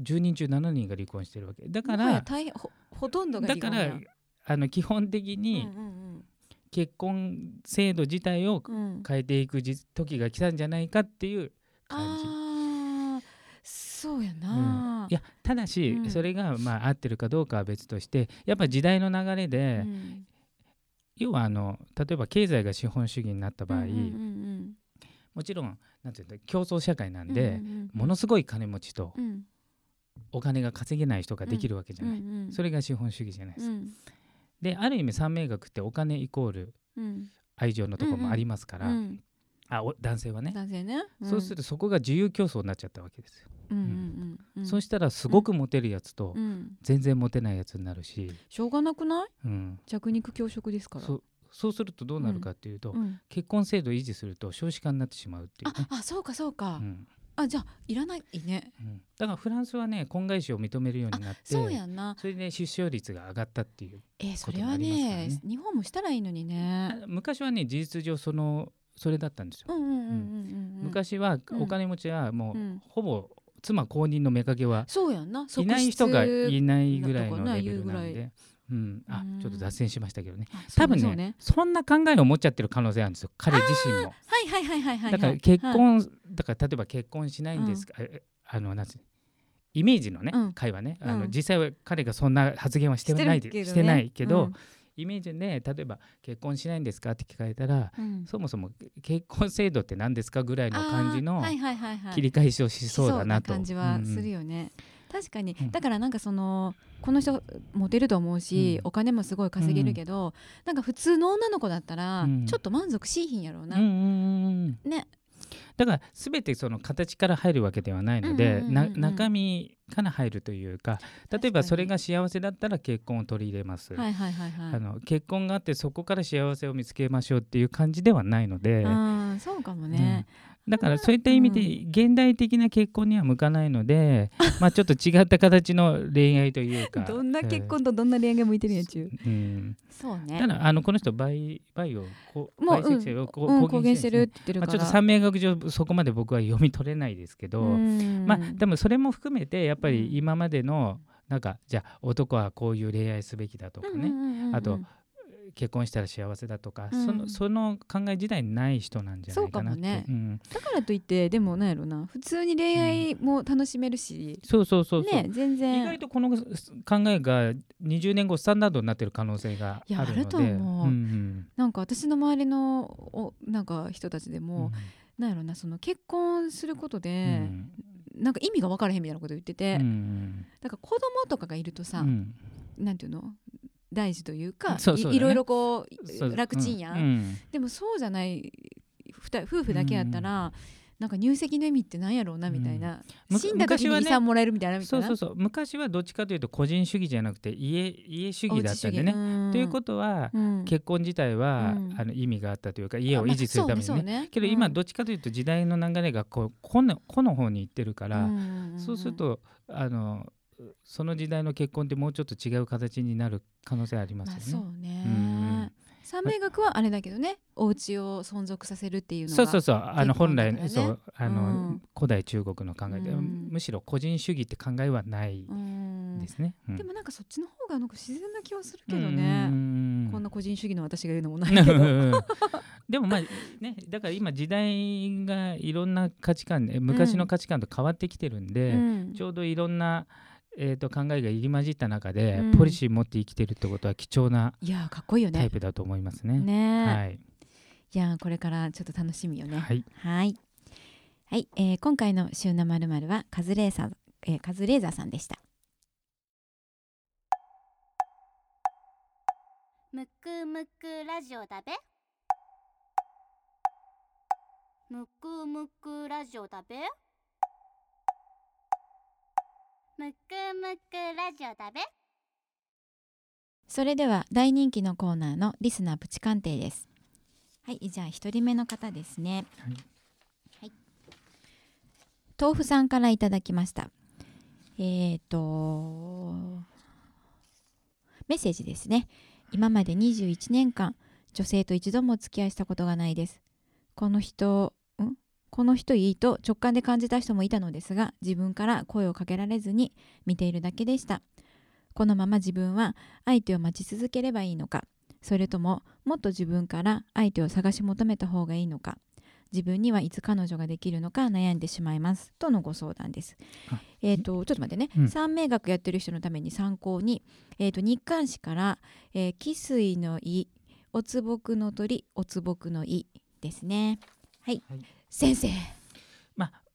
[SPEAKER 2] 10人中7人が離婚してるわけだか
[SPEAKER 1] もはや
[SPEAKER 2] ら
[SPEAKER 1] 大変ほほとんどが
[SPEAKER 2] だ
[SPEAKER 1] 離婚
[SPEAKER 2] か
[SPEAKER 1] や
[SPEAKER 2] らあの基本的
[SPEAKER 1] う
[SPEAKER 2] に、
[SPEAKER 1] んうんうん
[SPEAKER 2] 結婚制度自体を
[SPEAKER 1] うん、
[SPEAKER 2] 変えていくじ時が来たんじゃないかっていう感じ。
[SPEAKER 1] あーそうや
[SPEAKER 2] うん
[SPEAKER 1] な、
[SPEAKER 2] いやただし、
[SPEAKER 1] うん
[SPEAKER 2] それがまあ合ってるかどうかは別としてやっぱ時代の流れで、
[SPEAKER 1] うん
[SPEAKER 2] 要はあの例えば経済が資本主義になった場合、
[SPEAKER 1] うんうんうん
[SPEAKER 2] もちろんなんていうんだ競争社会な
[SPEAKER 1] うんん
[SPEAKER 2] で、
[SPEAKER 1] うん
[SPEAKER 2] ものすごい金持ちと
[SPEAKER 1] うんうん
[SPEAKER 2] お金が稼げない人ができるわけじゃない、
[SPEAKER 1] うんうん
[SPEAKER 2] それが資本主義じゃないです
[SPEAKER 1] う
[SPEAKER 2] か、
[SPEAKER 1] ん
[SPEAKER 2] である意味三名学ってお金イコール
[SPEAKER 1] うん
[SPEAKER 2] 愛情のところもありますから、
[SPEAKER 1] うん
[SPEAKER 2] あお男性はね、
[SPEAKER 1] 男性ね、ん
[SPEAKER 2] そうするとそこが自由競争になっちゃったわけですよ、
[SPEAKER 1] うんうんうんうん
[SPEAKER 2] そしたらすごくモテるやつと
[SPEAKER 1] うん
[SPEAKER 2] 全然モテないやつになるし、
[SPEAKER 1] しょうがなくない
[SPEAKER 2] うん、
[SPEAKER 1] 弱肉強食ですから
[SPEAKER 2] そそうするとどうなるかっていうと、
[SPEAKER 1] うん
[SPEAKER 2] 結婚制度を維持すると少子化になってしまうってい
[SPEAKER 1] あ
[SPEAKER 2] うね、
[SPEAKER 1] あそうかそうか、
[SPEAKER 2] うん
[SPEAKER 1] あじゃあいらないね
[SPEAKER 2] うん、だからフランスはね婚外子を認めるようになって
[SPEAKER 1] そうやんな
[SPEAKER 2] それで出生率が上がったっていう
[SPEAKER 1] えーそ
[SPEAKER 2] こと
[SPEAKER 1] れ
[SPEAKER 2] にな
[SPEAKER 1] は
[SPEAKER 2] りますから
[SPEAKER 1] ね
[SPEAKER 2] ね
[SPEAKER 1] 日本もしたらいいのにね
[SPEAKER 2] あ昔はね事実上そのそれだったんですよ、
[SPEAKER 1] うんうんうんうんうん
[SPEAKER 2] 昔は
[SPEAKER 1] うん
[SPEAKER 2] お金持ちはも
[SPEAKER 1] う
[SPEAKER 2] う、
[SPEAKER 1] ん
[SPEAKER 2] ほぼ妻公認の妾は
[SPEAKER 1] そうやんない
[SPEAKER 2] ない人がいないぐらい
[SPEAKER 1] 側
[SPEAKER 2] の
[SPEAKER 1] 室なんと
[SPEAKER 2] レベルなん
[SPEAKER 1] かね言うぐら
[SPEAKER 2] で、うん、あ
[SPEAKER 1] うん
[SPEAKER 2] ちょっと脱線しましたけどね
[SPEAKER 1] あそう
[SPEAKER 2] 多分
[SPEAKER 1] そう
[SPEAKER 2] ねそんな考えを持っちゃってる可能性あるんですよ彼自身も。
[SPEAKER 1] はいはいはいはいはいはい
[SPEAKER 2] だから結婚、だから例えば結婚しないんですか、えあのなんつうイメージのね、
[SPEAKER 1] うん
[SPEAKER 2] 会話ね、あ
[SPEAKER 1] う
[SPEAKER 2] の
[SPEAKER 1] ん
[SPEAKER 2] 実際は彼がそんな発言はしてない
[SPEAKER 1] して
[SPEAKER 2] で
[SPEAKER 1] るけどね
[SPEAKER 2] してないけど、
[SPEAKER 1] うん
[SPEAKER 2] イメージで例えば結婚しないんですかって聞かれたら、
[SPEAKER 1] うん
[SPEAKER 2] そもそも結婚制度って何ですかぐらいの感じ
[SPEAKER 1] あー
[SPEAKER 2] の
[SPEAKER 1] はいはいはいはい
[SPEAKER 2] 切り返しをしそうだなと。
[SPEAKER 1] しそうな感じはする
[SPEAKER 2] よ、
[SPEAKER 1] よね、確かに
[SPEAKER 2] うん
[SPEAKER 1] だからなんかそのこの人モテると思うし、
[SPEAKER 2] うん
[SPEAKER 1] お金もすごい稼げるけど、なんか普通の女の子だったら、
[SPEAKER 2] うん
[SPEAKER 1] ちょっと満足しいひんやろうな、
[SPEAKER 2] うんうんうんうん
[SPEAKER 1] ね
[SPEAKER 2] だから全てその形から入るわけではないの
[SPEAKER 1] うんう
[SPEAKER 2] で、
[SPEAKER 1] んうんうん
[SPEAKER 2] な中身から入るというか例え
[SPEAKER 1] 確か
[SPEAKER 2] ば
[SPEAKER 1] に
[SPEAKER 2] それが幸せだったら結婚を取り入れます、
[SPEAKER 1] はいはいはいは
[SPEAKER 2] あ
[SPEAKER 1] い
[SPEAKER 2] の結婚があってそこから幸せを見つけましょうっていう感じではないので、
[SPEAKER 1] あーそうかもね、
[SPEAKER 2] うんだからそういった意味で現代的な結婚には向かないの で、まあちょっと違った形の恋愛というか
[SPEAKER 1] どんな結、婚とどんな恋愛が向いてるんやちゅう
[SPEAKER 2] うんうん
[SPEAKER 1] そうね
[SPEAKER 2] ただあのこの人バイバイをこう
[SPEAKER 1] もう
[SPEAKER 2] バイセクシャルをこう
[SPEAKER 1] うん
[SPEAKER 2] 公
[SPEAKER 1] 公
[SPEAKER 2] 言
[SPEAKER 1] 言
[SPEAKER 2] し
[SPEAKER 1] してて
[SPEAKER 2] る
[SPEAKER 1] る
[SPEAKER 2] ん
[SPEAKER 1] っ
[SPEAKER 2] です
[SPEAKER 1] て言
[SPEAKER 2] ね
[SPEAKER 1] ってる
[SPEAKER 2] まあ、
[SPEAKER 1] から、
[SPEAKER 2] ちょっと三名学上そこまで僕は読み取れないですけど、
[SPEAKER 1] うん
[SPEAKER 2] まあでもそれも含めてやっぱ
[SPEAKER 1] うん
[SPEAKER 2] り今までのなんかじゃあ男はこういう恋愛すべきだとかね、
[SPEAKER 1] うんうんうんうん
[SPEAKER 2] あと結婚したら幸せだとか、
[SPEAKER 1] うん
[SPEAKER 2] そのその考え自体ない人なんじゃないかなって
[SPEAKER 1] そうかもね
[SPEAKER 2] ん、
[SPEAKER 1] だからといってでもなんやろな普通に恋愛も楽しめるし、
[SPEAKER 2] そうそうそうそう、
[SPEAKER 1] ね全然
[SPEAKER 2] 意外とこのす考えが20年後スタンダードになってる可能性が
[SPEAKER 1] いや
[SPEAKER 2] あるので
[SPEAKER 1] あると思うん
[SPEAKER 2] ん
[SPEAKER 1] なんか私の周りのおなんか人たちで
[SPEAKER 2] うん
[SPEAKER 1] も、なんやろなその結婚すること
[SPEAKER 2] う
[SPEAKER 1] で、
[SPEAKER 2] ん
[SPEAKER 1] なんか意味が分からへんみたいなこと言ってて、
[SPEAKER 2] うん
[SPEAKER 1] だから子供とかがいるとさ、
[SPEAKER 2] うん
[SPEAKER 1] なんていうの大事というか
[SPEAKER 2] そうそうだ
[SPEAKER 1] い
[SPEAKER 2] ね
[SPEAKER 1] いろいろこ
[SPEAKER 2] そう
[SPEAKER 1] う楽ちんや、
[SPEAKER 2] うんん
[SPEAKER 1] でもそうじゃないふた夫婦だけやったら、なんか入籍の意味ってなんやろうなみたいな、
[SPEAKER 2] うん
[SPEAKER 1] 死んだ時
[SPEAKER 2] 昔は
[SPEAKER 1] に
[SPEAKER 2] ね
[SPEAKER 1] 遺産もらえるみたいな
[SPEAKER 2] うん
[SPEAKER 1] みた
[SPEAKER 2] そ
[SPEAKER 1] いうな、
[SPEAKER 2] そうそう昔はどっちかというと個人主義じゃなくて家家主義だったんでね。ということとは、
[SPEAKER 1] うん
[SPEAKER 2] 結婚自体は、
[SPEAKER 1] うん
[SPEAKER 2] あの意味があったというか家を維持するためにね,、けど今どっちかというと時代の流れがこうこのこの方に行ってるか、
[SPEAKER 1] から
[SPEAKER 2] そうするとあのその時代の結婚ってもうちょっと違う形になる可能性ありま
[SPEAKER 1] まあ
[SPEAKER 2] す
[SPEAKER 1] そ
[SPEAKER 2] よね。
[SPEAKER 1] うね、
[SPEAKER 2] うん
[SPEAKER 1] 三名学はあれだけどねお家を存続させるっていうのが
[SPEAKER 2] そうそうそうあの
[SPEAKER 1] 結婚
[SPEAKER 2] 本
[SPEAKER 1] だか
[SPEAKER 2] 来
[SPEAKER 1] ら
[SPEAKER 2] の、
[SPEAKER 1] ね
[SPEAKER 2] そうあの、
[SPEAKER 1] うん
[SPEAKER 2] 古代中国の考えで、
[SPEAKER 1] うん
[SPEAKER 2] むしろ個人主義って考えはない
[SPEAKER 1] うん
[SPEAKER 2] ですね。うん
[SPEAKER 1] でもなんかそっちの方がなんか自然な気はするけど
[SPEAKER 2] う
[SPEAKER 1] ね、
[SPEAKER 2] ん
[SPEAKER 1] こんな個人主義の私が言うのもないけど、
[SPEAKER 2] でもまあねだから今時代がいろんな価値観ね昔の価値観と変わってきてるんで、
[SPEAKER 1] うん
[SPEAKER 2] ちょうどいろんな、えー、と考えが入り混じった中で、
[SPEAKER 1] うん
[SPEAKER 2] ポリシー持って生きてるってことは貴重ない
[SPEAKER 1] やーかっこいいよ
[SPEAKER 2] タ
[SPEAKER 1] ね
[SPEAKER 2] イプだと思いますね。
[SPEAKER 1] ねえ、
[SPEAKER 2] はい、
[SPEAKER 1] いやーこれからちょっと楽しみよね
[SPEAKER 2] はい、
[SPEAKER 1] はいはい、えー今回の「週なまるまるはカズレーザー、えーカズレーザーさんでした
[SPEAKER 3] むくむくラジオだべむくむくラジオだべむくむくラジオだべ
[SPEAKER 1] それでは大人気のコーナーのリスナープチ鑑定ですはいじゃあ一人目の方ですね
[SPEAKER 2] はい
[SPEAKER 1] 豆腐さんからいただきましたえー、とメッセージですね今まで21年間女性と一度もお付き合いしたことがないですこの人んこの人いいと直感で感じた人もいたのですが自分から声をかけられずに見ているだけでしたこのまま自分は相手を待ち続ければいいのかそれとももっと自分から相手を探し求めた方がいいのか自分にはいつ彼女ができるのか悩んでしまいますとのご相談です
[SPEAKER 2] あ。
[SPEAKER 1] えっ、とちょっと待ってね、
[SPEAKER 2] うん
[SPEAKER 1] 三名学やってる人のために参考に、えー、と日刊誌から「えー汽、水、の井」「おつぼくの鳥」「おつぼくの井」ですね。はい、
[SPEAKER 2] はい
[SPEAKER 1] 先生、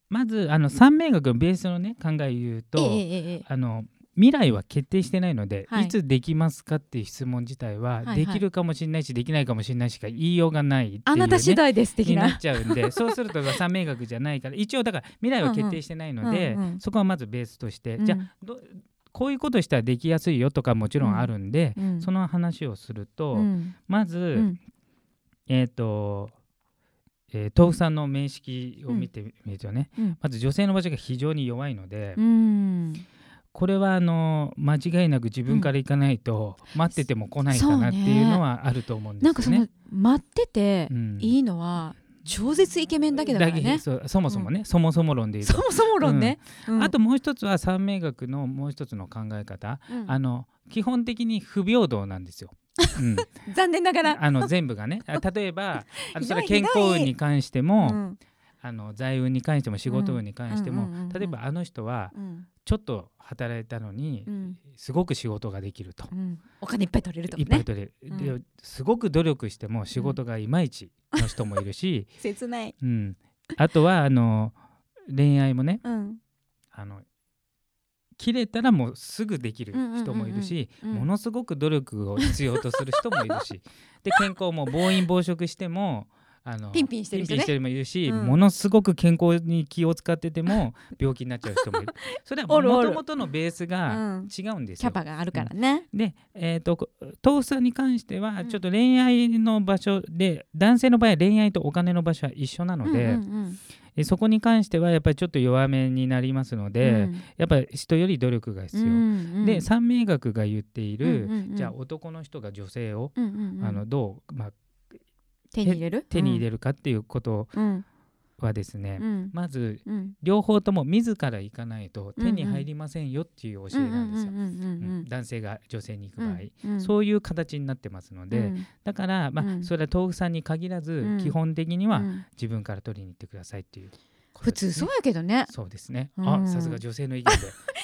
[SPEAKER 2] まずあの三名学のベースのね考えを言うと、
[SPEAKER 1] ええええええ
[SPEAKER 2] あの未来は決定してないので、
[SPEAKER 1] はい
[SPEAKER 2] い、つできますかっていう質問自体は、
[SPEAKER 1] いはい
[SPEAKER 2] できるかもしれないしできないかもしれないしか言いようがないっていう、ね、
[SPEAKER 1] あなた次第です的
[SPEAKER 2] に
[SPEAKER 1] な。
[SPEAKER 2] なっちゃうん でそうすると三名学じゃないから一応だから未来は決定してないので、
[SPEAKER 1] うんうんうんうん
[SPEAKER 2] そこはまずベースとして、じゃ
[SPEAKER 1] う
[SPEAKER 2] あ
[SPEAKER 1] ん
[SPEAKER 2] どこういうことしたらできやすいよとかもちろんあるんで、
[SPEAKER 1] うん
[SPEAKER 2] その話をすると、
[SPEAKER 1] うん
[SPEAKER 2] まず、
[SPEAKER 1] うん
[SPEAKER 2] えっ、と、えー豆腐さんの面識を見てみるとね、
[SPEAKER 1] うん
[SPEAKER 2] まず女性の場所が非常に弱いので、
[SPEAKER 1] うん
[SPEAKER 2] これはあの間違いなく自分から行かないと待ってても来ないかなっていうのはあると思うんです
[SPEAKER 1] なん
[SPEAKER 2] よ
[SPEAKER 1] かそ
[SPEAKER 2] ね。
[SPEAKER 1] の待ってて
[SPEAKER 2] うん
[SPEAKER 1] いいのは超絶イケメンだけだからね。
[SPEAKER 2] そうそもそもね、そもそも論で言う
[SPEAKER 1] そ
[SPEAKER 2] と。
[SPEAKER 1] もそも論ね。うん
[SPEAKER 2] あ、ともう一つは三名学のもう一つの考え方、
[SPEAKER 1] うん
[SPEAKER 2] あの基本的に不平等なんですよ。 うん、
[SPEAKER 1] 残念ながら。
[SPEAKER 2] あの全部がねあ例 えばあの
[SPEAKER 1] ひど
[SPEAKER 2] そ
[SPEAKER 1] い
[SPEAKER 2] れは健康運に関しても、
[SPEAKER 1] うん
[SPEAKER 2] あの財運に関しても仕事運に関しても、
[SPEAKER 1] うんうんうんうん
[SPEAKER 2] 例えばあの人は
[SPEAKER 1] うん
[SPEAKER 2] ちょっと働いたのに、
[SPEAKER 1] うん
[SPEAKER 2] すごく仕事ができると、
[SPEAKER 1] うんお金いっぱい取れると
[SPEAKER 2] い
[SPEAKER 1] か
[SPEAKER 2] っぱ
[SPEAKER 1] ね
[SPEAKER 2] い。取れる、
[SPEAKER 1] う
[SPEAKER 2] ですごく努力しても仕事がいまいちの人もいるし、
[SPEAKER 1] 切ない。
[SPEAKER 2] うんあとはあの恋愛もね
[SPEAKER 1] うん
[SPEAKER 2] あの切れたらもうすぐできる人もいるし、
[SPEAKER 1] うんうんうんうん
[SPEAKER 2] ものすごく努力を必要とする人もいる しで健康も暴飲暴食してもあの
[SPEAKER 1] ピンピンしてる人ね
[SPEAKER 2] ピンピンもいるし、
[SPEAKER 1] うん
[SPEAKER 2] ものすごく健康に気を使って ても病気になっちゃう人もいるそれは
[SPEAKER 1] お
[SPEAKER 2] も
[SPEAKER 1] るおる
[SPEAKER 2] ともとのベース
[SPEAKER 1] う
[SPEAKER 2] が
[SPEAKER 1] ん
[SPEAKER 2] 違うんです
[SPEAKER 1] キャ
[SPEAKER 2] よ。
[SPEAKER 1] パがあるからね。
[SPEAKER 2] で、えー、とこ豆腐さんに関して
[SPEAKER 1] う
[SPEAKER 2] は
[SPEAKER 1] ん
[SPEAKER 2] ちょっと恋愛の場所で、男性の場合は恋愛とお金の場所は一緒なので、
[SPEAKER 1] うんうん
[SPEAKER 2] えそこに関してはやっぱりちょっと弱めになりますの
[SPEAKER 1] うん
[SPEAKER 2] で、やっぱり人より努力が必要。
[SPEAKER 1] うん
[SPEAKER 2] で三名学が言っている、
[SPEAKER 1] うんうんうん
[SPEAKER 2] じゃあ男の人が女性を、
[SPEAKER 1] うんうんうん
[SPEAKER 2] あのどう、まあ、
[SPEAKER 1] 手に入れる
[SPEAKER 2] 手に入れ
[SPEAKER 1] る。
[SPEAKER 2] るかっていうこと
[SPEAKER 1] うん
[SPEAKER 2] はですね、
[SPEAKER 1] うん
[SPEAKER 2] まず
[SPEAKER 1] うん
[SPEAKER 2] 両方とも自ら行かないと手に入りませんよっていう教えなんですよ。うん男性が女性に行く場合、そういう形になってますので、だから、まあ
[SPEAKER 1] うん
[SPEAKER 2] それは豆腐さんに限らず、
[SPEAKER 1] うん
[SPEAKER 2] 基本的に
[SPEAKER 1] は
[SPEAKER 2] は自分から取りに行ってくださいっていうこと
[SPEAKER 1] 普
[SPEAKER 2] ですね、
[SPEAKER 1] 通そうやけどね。
[SPEAKER 2] そうですね、
[SPEAKER 1] うん
[SPEAKER 2] あさすが女性の意見で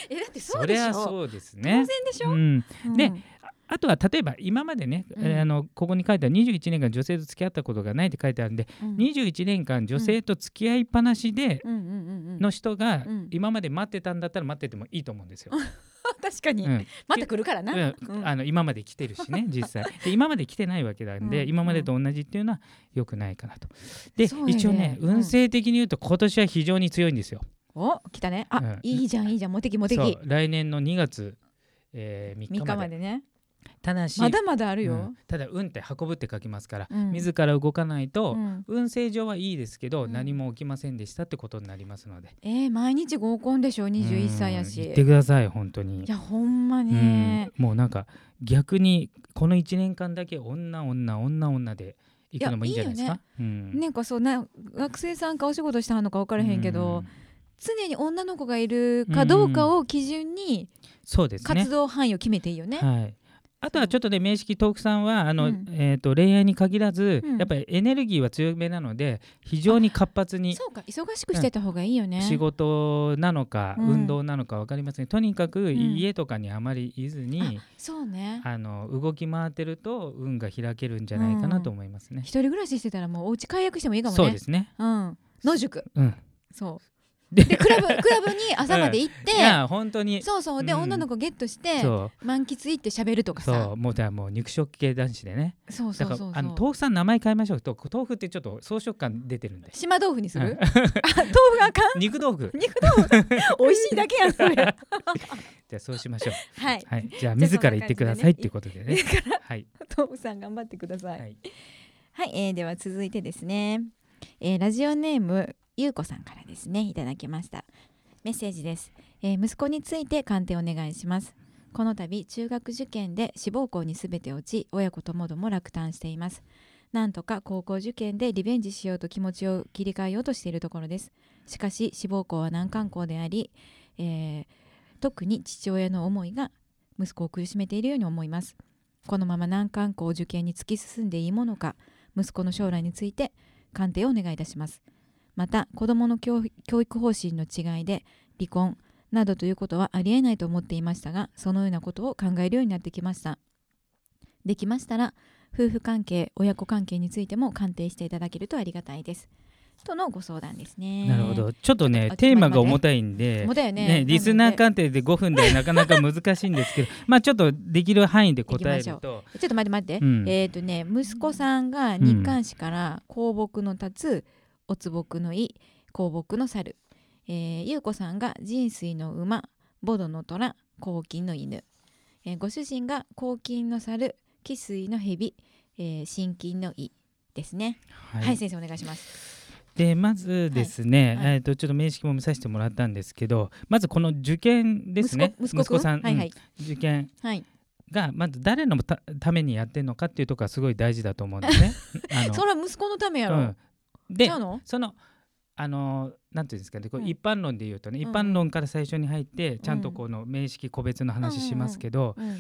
[SPEAKER 1] えだって そ
[SPEAKER 2] そう
[SPEAKER 1] で
[SPEAKER 2] り
[SPEAKER 1] し
[SPEAKER 2] ゃ
[SPEAKER 1] ょ。
[SPEAKER 2] そうです
[SPEAKER 1] 当然
[SPEAKER 2] ね
[SPEAKER 1] でし
[SPEAKER 2] う
[SPEAKER 1] ょ。
[SPEAKER 2] ん、
[SPEAKER 1] うん
[SPEAKER 2] であとは例えば今までね、
[SPEAKER 1] うん
[SPEAKER 2] えーあのここに書いてある21年間女性と付き合ったことがないって書いてあるんで、
[SPEAKER 1] うん
[SPEAKER 2] 21年間女性と付き合いっぱなしで
[SPEAKER 1] うんうんうんうん
[SPEAKER 2] の人が
[SPEAKER 1] うん
[SPEAKER 2] 今まで待ってたんだったら待っててもいいと思うんですよ。
[SPEAKER 1] 確かに、
[SPEAKER 2] うん
[SPEAKER 1] また来るからな、
[SPEAKER 2] うん
[SPEAKER 1] うん
[SPEAKER 2] あの今まで来てる しね実際で今まで来てないわけなんで、
[SPEAKER 1] うん
[SPEAKER 2] 今までと同じっていうのは良くないかなと。で、
[SPEAKER 1] そうだよね
[SPEAKER 2] 一応ね
[SPEAKER 1] うん
[SPEAKER 2] 運勢的に言うと今年は非常に強いんですよ。
[SPEAKER 1] お来たねあ、
[SPEAKER 2] うん
[SPEAKER 1] いいじゃんいいじゃんモテキモテ
[SPEAKER 2] そう
[SPEAKER 1] キ
[SPEAKER 2] 来年の2月、え3
[SPEAKER 1] 3日
[SPEAKER 2] 日ま
[SPEAKER 1] ま
[SPEAKER 2] で
[SPEAKER 1] でね
[SPEAKER 2] ただし、
[SPEAKER 1] まだまだある
[SPEAKER 2] う
[SPEAKER 1] よ
[SPEAKER 2] ん、ただ運って運ぶって書きますから、
[SPEAKER 1] うん
[SPEAKER 2] 自ら動かないと、
[SPEAKER 1] うん
[SPEAKER 2] 運勢上はいいですけど、
[SPEAKER 1] うん
[SPEAKER 2] 何も起きませんでしたってことになりますので
[SPEAKER 1] えー、毎日合コンでしょ21歳や
[SPEAKER 2] うん
[SPEAKER 1] し
[SPEAKER 2] 言ってください本当に
[SPEAKER 1] いやほんまね、
[SPEAKER 2] うんもうなんか逆にこの1年間だけ女女女女で行くのもいいんじゃないですかうん
[SPEAKER 1] なんかそうな学生さんかお仕事したはんのか分からへんけど、
[SPEAKER 2] うん
[SPEAKER 1] 常に女の子がいるかどうかを基準に
[SPEAKER 2] そうですね
[SPEAKER 1] 活動範囲を決めていいよね。
[SPEAKER 2] はいあとはちょっとね名式トークさんはあ
[SPEAKER 1] う
[SPEAKER 2] の、
[SPEAKER 1] ん
[SPEAKER 2] えー、と恋愛に限らず、
[SPEAKER 1] うん
[SPEAKER 2] やっぱりエネルギーは強めなので非常に活発に
[SPEAKER 1] そうか忙しくしてた方がいいよね。
[SPEAKER 2] 仕事なのか、
[SPEAKER 1] うん
[SPEAKER 2] 運動なのか分かりませんとにかく
[SPEAKER 1] ん
[SPEAKER 2] 家とかにあまりいずに、
[SPEAKER 1] そうね
[SPEAKER 2] あの動き回ってると運が開けるんじゃないかなと思いますね。
[SPEAKER 1] 一人暮らししてたらもうお家解約してもいいかもね。
[SPEAKER 2] そうですね。
[SPEAKER 1] うん、野宿
[SPEAKER 2] うん。
[SPEAKER 1] そう
[SPEAKER 2] で
[SPEAKER 1] でクラブクラブに朝まで行っ
[SPEAKER 2] い
[SPEAKER 1] て、
[SPEAKER 2] や本当に
[SPEAKER 1] そうそうで、
[SPEAKER 2] うん
[SPEAKER 1] 女の子ゲットして
[SPEAKER 2] そ
[SPEAKER 1] 満喫行って喋ると
[SPEAKER 2] う
[SPEAKER 1] か
[SPEAKER 2] そ
[SPEAKER 1] さ
[SPEAKER 2] うもうだからもう肉食系男子でね。
[SPEAKER 1] そうそ
[SPEAKER 2] だ
[SPEAKER 1] う
[SPEAKER 2] か
[SPEAKER 1] そ
[SPEAKER 2] ら
[SPEAKER 1] うそう
[SPEAKER 2] あの豆腐さん名前変えましょうと豆腐ってちょっと装飾感出てる んで。
[SPEAKER 1] 島豆腐にする
[SPEAKER 2] うん
[SPEAKER 1] あ豆腐があかん
[SPEAKER 2] 肉豆腐
[SPEAKER 1] 肉豆腐美味しいだけやん それ
[SPEAKER 2] じゃあそうしましょ う。
[SPEAKER 1] はい
[SPEAKER 2] はい。じゃあ自ら行ってくださいっていうことでね。はい。
[SPEAKER 1] 豆腐さん頑張ってください
[SPEAKER 2] は
[SPEAKER 1] はい、
[SPEAKER 2] い。
[SPEAKER 1] えーでは続いてですね、えーラジオネームゆうこさんからですねいただきましたメッセージです、えー息子について鑑定お願いしますこの度中学受験で志望校にすべて落ち親子ともども落胆していますなんとか高校受験でリベンジしようと気持ちを切り替えようとしているところですしかし志望校は難関校であり、えー特に父親の思いが息子を苦しめているように思いますこのまま難関校受験に突き進んでいいものか息子の将来について鑑定をお願いいたしますまた子どもの教教育方針の違いで離婚などということはありえないと思っていましたがそのようなことを考えるようになってきましたできましたら夫婦関係親子関係についても鑑定していただけるとありがたいですとのご相談ですね
[SPEAKER 2] なるほどちょっとね
[SPEAKER 1] あ
[SPEAKER 2] テーマが重たいんで
[SPEAKER 1] 重たいよねなので
[SPEAKER 2] リスナー鑑定で5分でなかなか難しいんですけどまあちょっとできる範囲で答え
[SPEAKER 1] いきましょ
[SPEAKER 2] ると
[SPEAKER 1] ちょっと待って待って、
[SPEAKER 2] うん
[SPEAKER 1] えっ、とね息子さんが
[SPEAKER 2] ん
[SPEAKER 1] 日刊誌から香木の立つおつぼくのい香木の猿、えー、ゆうこさんが人水の馬ボドの虎黄金の犬、えーご主人が黄金の猿汽水の蛇、えー、新金のいですね
[SPEAKER 2] は
[SPEAKER 1] はいい、先生お願いします
[SPEAKER 2] でまずですね、
[SPEAKER 1] はいはい
[SPEAKER 2] えー、とちょっと面識も見させてもらったんですけどまずこの受験ですね
[SPEAKER 1] 息子息子く
[SPEAKER 2] さん、
[SPEAKER 1] はいはい、
[SPEAKER 2] うん受験
[SPEAKER 1] はい
[SPEAKER 2] がまず誰のたためにやってるのかっていうところがすごい大事だと思うん ですね。あの
[SPEAKER 1] それは息子のためやろ、
[SPEAKER 2] うん、
[SPEAKER 1] ち
[SPEAKER 2] で
[SPEAKER 1] ゃうの
[SPEAKER 2] そのあのなんていうんですかねこう
[SPEAKER 1] うん
[SPEAKER 2] 一般論で言うとね、
[SPEAKER 1] うん
[SPEAKER 2] 一般論から最初に入って、ちゃんとこの名識個別の話しますけど、
[SPEAKER 1] うん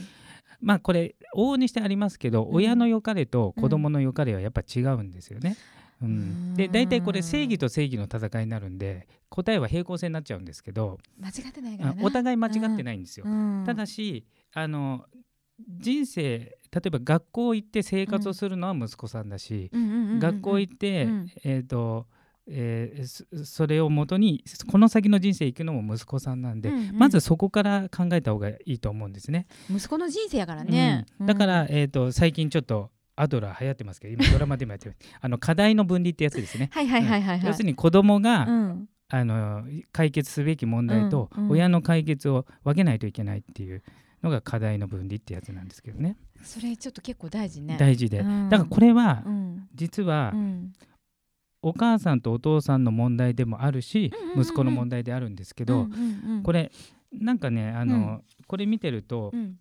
[SPEAKER 2] まあこれ往々にしてありますけど、
[SPEAKER 1] うん
[SPEAKER 2] 親の良かれと子供の良かれはやっぱ違うんですよね。うん
[SPEAKER 1] うん
[SPEAKER 2] で大体これ正義と正義の戦いになるんで答えは平行線になっちゃうんですけど、
[SPEAKER 1] 間違ってないからな
[SPEAKER 2] お互い間違ってないんですよ。
[SPEAKER 1] うん
[SPEAKER 2] ただしあの人生例えば学校行って生活をするのは息子さんだし、
[SPEAKER 1] うんうんうんうんうん
[SPEAKER 2] 学校行って、
[SPEAKER 1] うん
[SPEAKER 2] えっ、と、えーそそれをもとにこの先の人生行くのも息子さんなんで、
[SPEAKER 1] うんうん
[SPEAKER 2] まずそこから考えた方がいいと思うんですね。
[SPEAKER 1] 息子の人生やからね、う
[SPEAKER 2] う
[SPEAKER 1] んん
[SPEAKER 2] だから、えー、と最近ちょっとアドラー流行ってますけど今ドラマでもやってます あの課題の分離ってやつですね。
[SPEAKER 1] はいはいはいはい、はい
[SPEAKER 2] 要するに子供が、
[SPEAKER 1] うん
[SPEAKER 2] あの解決すべき問題と
[SPEAKER 1] うんうん
[SPEAKER 2] 親の解決を分けないといけないっていうのが課題の分離ってやつなんですけどね
[SPEAKER 1] それちょっと結構大事ね。
[SPEAKER 2] 大事で、
[SPEAKER 1] うん
[SPEAKER 2] だからこれは
[SPEAKER 1] うん
[SPEAKER 2] 実は
[SPEAKER 1] うん
[SPEAKER 2] お母さんとお父さんの問題でもあるし
[SPEAKER 1] うんうんうん
[SPEAKER 2] 息子の問題であるんですけ
[SPEAKER 1] うんう
[SPEAKER 2] ど
[SPEAKER 1] んうん
[SPEAKER 2] これなんかねあのこれ見てると
[SPEAKER 1] うん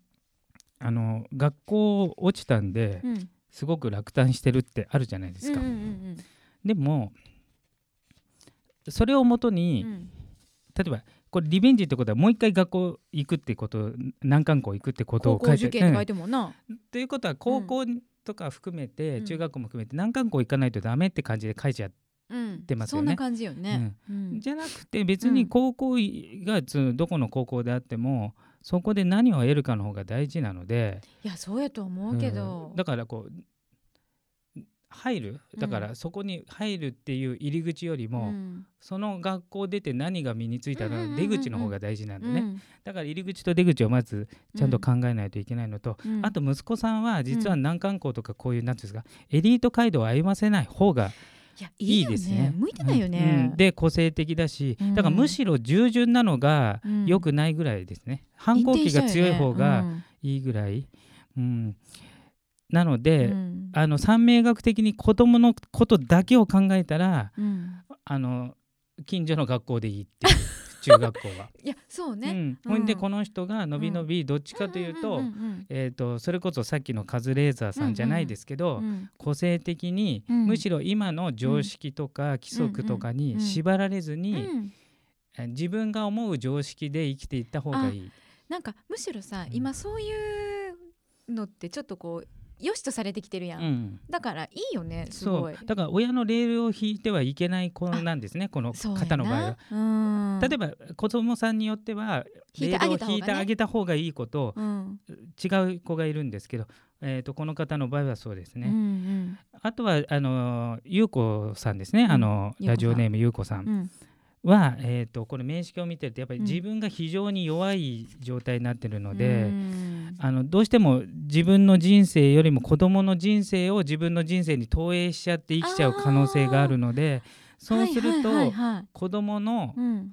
[SPEAKER 2] あの学校落ちたんで
[SPEAKER 1] うんうん
[SPEAKER 2] すごく落胆してるってあるじゃないですか
[SPEAKER 1] うんう。ん
[SPEAKER 2] でもそれをもと
[SPEAKER 1] う
[SPEAKER 2] に、
[SPEAKER 1] ん
[SPEAKER 2] 例えばこれリベンジってことはもう一回学校行くってこと難関校行くってこと
[SPEAKER 1] 高
[SPEAKER 2] を
[SPEAKER 1] 校
[SPEAKER 2] 書いて
[SPEAKER 1] 受験って書
[SPEAKER 2] う
[SPEAKER 1] いてもんな。
[SPEAKER 2] んということは高校とか含めて、
[SPEAKER 1] うん
[SPEAKER 2] 中学校も含めて難関校行かないとダメって感じで書いちゃっ
[SPEAKER 1] うん
[SPEAKER 2] 出ます
[SPEAKER 1] そ
[SPEAKER 2] よね
[SPEAKER 1] んな感じよ
[SPEAKER 2] て、
[SPEAKER 1] ね。うん
[SPEAKER 2] じゃなくて別に高校がそのどこの高校であってもそこで何を得るかの方が大事なので、
[SPEAKER 1] いやそうやと思うけど
[SPEAKER 2] うん。だからこう入るだか
[SPEAKER 1] う
[SPEAKER 2] らそこに入るっていう入り口よりも、
[SPEAKER 1] うん
[SPEAKER 2] その学校出て何が身についた
[SPEAKER 1] うんうんうん
[SPEAKER 2] の
[SPEAKER 1] うんうん
[SPEAKER 2] 出口の方が大事なんでね、
[SPEAKER 1] うん
[SPEAKER 2] だから入り口と出口をまずちゃんと考えないといけないのと、
[SPEAKER 1] うん
[SPEAKER 2] あと息子さんは実は
[SPEAKER 1] う
[SPEAKER 2] 難関校とかこういうなんていうんですかエリート街道を歩ませない方が
[SPEAKER 1] いやい
[SPEAKER 2] い
[SPEAKER 1] い
[SPEAKER 2] い
[SPEAKER 1] よ
[SPEAKER 2] です
[SPEAKER 1] ね
[SPEAKER 2] ね。。
[SPEAKER 1] 向いてないよ
[SPEAKER 2] うん
[SPEAKER 1] ね
[SPEAKER 2] うん。で個性的だし
[SPEAKER 1] うん
[SPEAKER 2] だからむしろ従順なのが
[SPEAKER 1] うん
[SPEAKER 2] 良くないぐらいですね、反抗期が強い方がいいぐらい、うん、なの
[SPEAKER 1] うん
[SPEAKER 2] で、
[SPEAKER 1] うん
[SPEAKER 2] あの三名学的に子供のことだけを考えたら
[SPEAKER 1] うん
[SPEAKER 2] あの近所の学校でいいっていう 中学校は。
[SPEAKER 1] いやそう
[SPEAKER 2] う
[SPEAKER 1] ね。
[SPEAKER 2] ん、ほんで
[SPEAKER 1] うん
[SPEAKER 2] この人がのびのびどっちかというと、
[SPEAKER 1] んん
[SPEAKER 2] えー、とそれこそさっきのカズレーザーさんじゃないですけど、
[SPEAKER 1] うんうんうん
[SPEAKER 2] 個性的に、
[SPEAKER 1] うん
[SPEAKER 2] むしろ今の常識とか規則とか
[SPEAKER 1] うんうん
[SPEAKER 2] に
[SPEAKER 1] うん
[SPEAKER 2] 縛られずに、
[SPEAKER 1] うん
[SPEAKER 2] えー自分が思う常識で生きていった方がいい。
[SPEAKER 1] なんかむしろさ、
[SPEAKER 2] うん
[SPEAKER 1] 今そういうのってちょっとこう良しとされてきてるやん、
[SPEAKER 2] うん
[SPEAKER 1] だからいいよねす
[SPEAKER 2] そ
[SPEAKER 1] ごいう
[SPEAKER 2] だから親のレールを引いてはいけない子なんですねこの
[SPEAKER 1] そうやな
[SPEAKER 2] 方の場合は。
[SPEAKER 1] うん
[SPEAKER 2] 例えば子供さんによっては
[SPEAKER 1] 引い
[SPEAKER 2] レ
[SPEAKER 1] てあげ
[SPEAKER 2] ール
[SPEAKER 1] た
[SPEAKER 2] を引
[SPEAKER 1] 方が
[SPEAKER 2] いてあ
[SPEAKER 1] ね
[SPEAKER 2] げた方がいい子と
[SPEAKER 1] うん
[SPEAKER 2] 違う子がいるんですけど、えー、とこの方の場合はそうです
[SPEAKER 1] うん
[SPEAKER 2] ね。あとはあのゆうこさんですね、
[SPEAKER 1] ん
[SPEAKER 2] あの
[SPEAKER 1] ゆうこさん
[SPEAKER 2] ラジオネームゆうこさん
[SPEAKER 1] うんうん
[SPEAKER 2] は、えー、とこれ面識を見てるとやっぱり
[SPEAKER 1] うん
[SPEAKER 2] 自分が非常に弱い状態になってるので、
[SPEAKER 1] うん
[SPEAKER 2] あのどうしても自分の人生よりも子どもの人生を自分の人生に投影しちゃって生きちゃう可能性があるのでそうすると、
[SPEAKER 1] はいはいはいはい
[SPEAKER 2] 子どもの
[SPEAKER 1] うん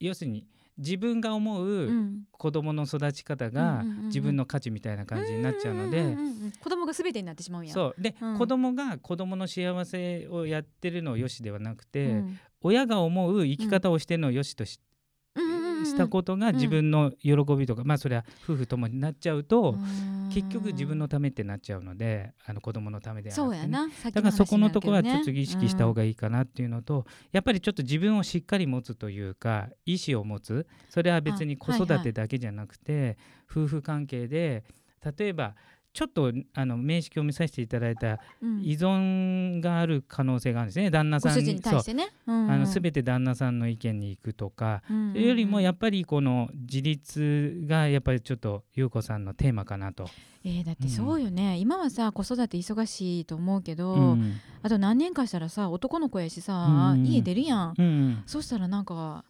[SPEAKER 2] 要するに自分が思
[SPEAKER 1] う
[SPEAKER 2] うん子どもの育ち方が
[SPEAKER 1] うんうんうんうん
[SPEAKER 2] 自分の価値みたいな感じになっちゃうので。
[SPEAKER 1] んんんうん子供が全てになってしまうんや
[SPEAKER 2] そうで、
[SPEAKER 1] うん
[SPEAKER 2] 子供が子供の幸せをやってるのをよしではなくて、
[SPEAKER 1] うん
[SPEAKER 2] 親が思う生き方をしてるのをよしとし,、
[SPEAKER 1] うんうんうんうん
[SPEAKER 2] したことが
[SPEAKER 1] ん
[SPEAKER 2] 自分の喜びとか、まあそれは夫婦ともになっちゃうと、
[SPEAKER 1] うん
[SPEAKER 2] 結局自分のためってなっちゃうのであの子供のためではなく
[SPEAKER 1] そう
[SPEAKER 2] てね、
[SPEAKER 1] やなさっき
[SPEAKER 2] だからそこのとこはちょっと意識した方
[SPEAKER 1] が
[SPEAKER 2] がいいかなっていうのと、やっぱりちょっと自分をしっかり持つというか意思を持つそれは別に
[SPEAKER 1] あ
[SPEAKER 2] 子
[SPEAKER 1] はいはい
[SPEAKER 2] 育てだけじゃなくて、夫婦関係で例えばちょっとあの面識を見させていただいた
[SPEAKER 1] うん
[SPEAKER 2] 依存がある可能性があるんですね旦那
[SPEAKER 1] ご
[SPEAKER 2] さん
[SPEAKER 1] 主人に対してね。
[SPEAKER 2] そうあの
[SPEAKER 1] べ
[SPEAKER 2] 全て旦那さんの意見に行くとか、
[SPEAKER 1] て
[SPEAKER 2] よりもや
[SPEAKER 1] っ
[SPEAKER 2] っぱりこの自立がやっぱりちょっと優子さんのテーマかなと。
[SPEAKER 1] えーだってそうよね、今はさ子育て忙しいと思うけど、
[SPEAKER 2] うん
[SPEAKER 1] あと何年かしたらさ男の子やし
[SPEAKER 2] うん
[SPEAKER 1] さ、
[SPEAKER 2] うんうん
[SPEAKER 1] 家出るやん、
[SPEAKER 2] うん
[SPEAKER 1] そうしたらなんか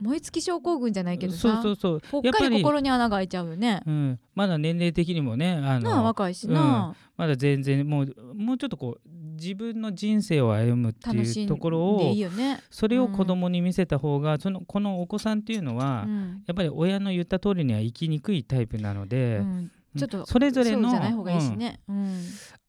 [SPEAKER 1] 燃え尽き症候群じゃないけど
[SPEAKER 2] そう
[SPEAKER 1] さ
[SPEAKER 2] そうそう
[SPEAKER 1] ぽっ
[SPEAKER 2] やっ
[SPEAKER 1] か
[SPEAKER 2] ぱ
[SPEAKER 1] り
[SPEAKER 2] り、
[SPEAKER 1] 心に穴が開いちゃうよね
[SPEAKER 2] うん、まだ年齢的にもねあ
[SPEAKER 1] なあ
[SPEAKER 2] の
[SPEAKER 1] 若いしな、
[SPEAKER 2] まだ全然もうもうちょっとこう自分の人生を歩むって
[SPEAKER 1] 楽し
[SPEAKER 2] い
[SPEAKER 1] ん
[SPEAKER 2] う
[SPEAKER 1] で
[SPEAKER 2] ところを
[SPEAKER 1] いいよね、
[SPEAKER 2] それを子供に見せた方が、そのこのお子さんっていうのは、
[SPEAKER 1] うん
[SPEAKER 2] やっぱり親の言った通りには生きにくいタイプなので、
[SPEAKER 1] うんちょっと
[SPEAKER 2] それぞれ
[SPEAKER 1] そう
[SPEAKER 2] の
[SPEAKER 1] じゃない方がいいし
[SPEAKER 2] うん
[SPEAKER 1] ね、うん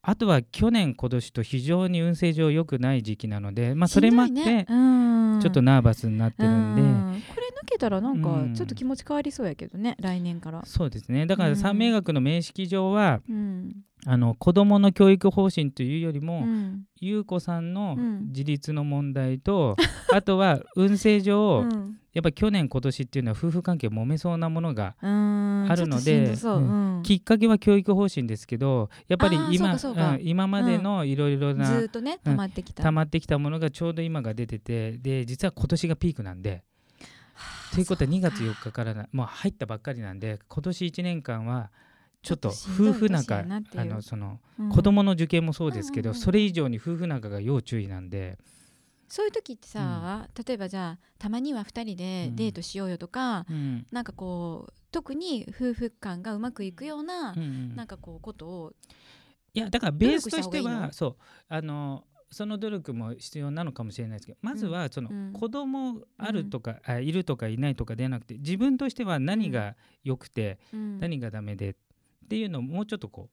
[SPEAKER 2] あとは去年今年と非常に運勢上良くない時期なので、まあ、それもあっ
[SPEAKER 1] しんどい
[SPEAKER 2] て
[SPEAKER 1] ねうん
[SPEAKER 2] ちょっとナーバスになってるんで、
[SPEAKER 1] うんこれ抜けたらなん
[SPEAKER 2] う
[SPEAKER 1] か
[SPEAKER 2] ん
[SPEAKER 1] ちょっと気持ち変わりそうやけどね、来年から、
[SPEAKER 2] そうですねだか
[SPEAKER 1] うん
[SPEAKER 2] ら三名学の名識上は、
[SPEAKER 1] うん
[SPEAKER 2] あの子どもの教育方針というよりも、
[SPEAKER 1] うん
[SPEAKER 2] 優子さんの
[SPEAKER 1] うん
[SPEAKER 2] 自立の問 題と、あとは運勢上、
[SPEAKER 1] うん
[SPEAKER 2] やっぱ去年今年っていうのは夫婦関係揉めそうなものが
[SPEAKER 1] あ
[SPEAKER 2] あるのでうんきっかけは教育方針ですけどやっぱり
[SPEAKER 1] あー
[SPEAKER 2] 今
[SPEAKER 1] そうかそうか
[SPEAKER 2] ん今までのいろいろ
[SPEAKER 1] ず
[SPEAKER 2] な
[SPEAKER 1] ーっとね溜まってきた、
[SPEAKER 2] 溜まってきたものがちょうど今が出ててで実は今年がピークなんで。ということは2月4日からなもう入ったばっかりなんで今年1年間はちょっと
[SPEAKER 1] ちょっとしんどい
[SPEAKER 2] 夫婦仲
[SPEAKER 1] 年やなっていう
[SPEAKER 2] あのその
[SPEAKER 1] うん
[SPEAKER 2] 子供の受験もそうですけど、
[SPEAKER 1] うんうんうん
[SPEAKER 2] それ以上に夫婦仲が要注意なんで、
[SPEAKER 1] そういう時ってさ、例えばじゃあたまには2人でデートしようよとか、
[SPEAKER 2] うん
[SPEAKER 1] なんかこう特に夫婦間がうまくいくような、
[SPEAKER 2] うんうん
[SPEAKER 1] なんかこうことを
[SPEAKER 2] いやだからベースとし
[SPEAKER 1] 努
[SPEAKER 2] て
[SPEAKER 1] 力した方がいい
[SPEAKER 2] は
[SPEAKER 1] の
[SPEAKER 2] そうあのその努力も必要なのかもしれないですけどまずはその、
[SPEAKER 1] うん
[SPEAKER 2] 子供あるとか、あいるとかいないとかではなくて自分としては何が良くて、
[SPEAKER 1] うん
[SPEAKER 2] 何がダメでっていうのをもうちょっとこう、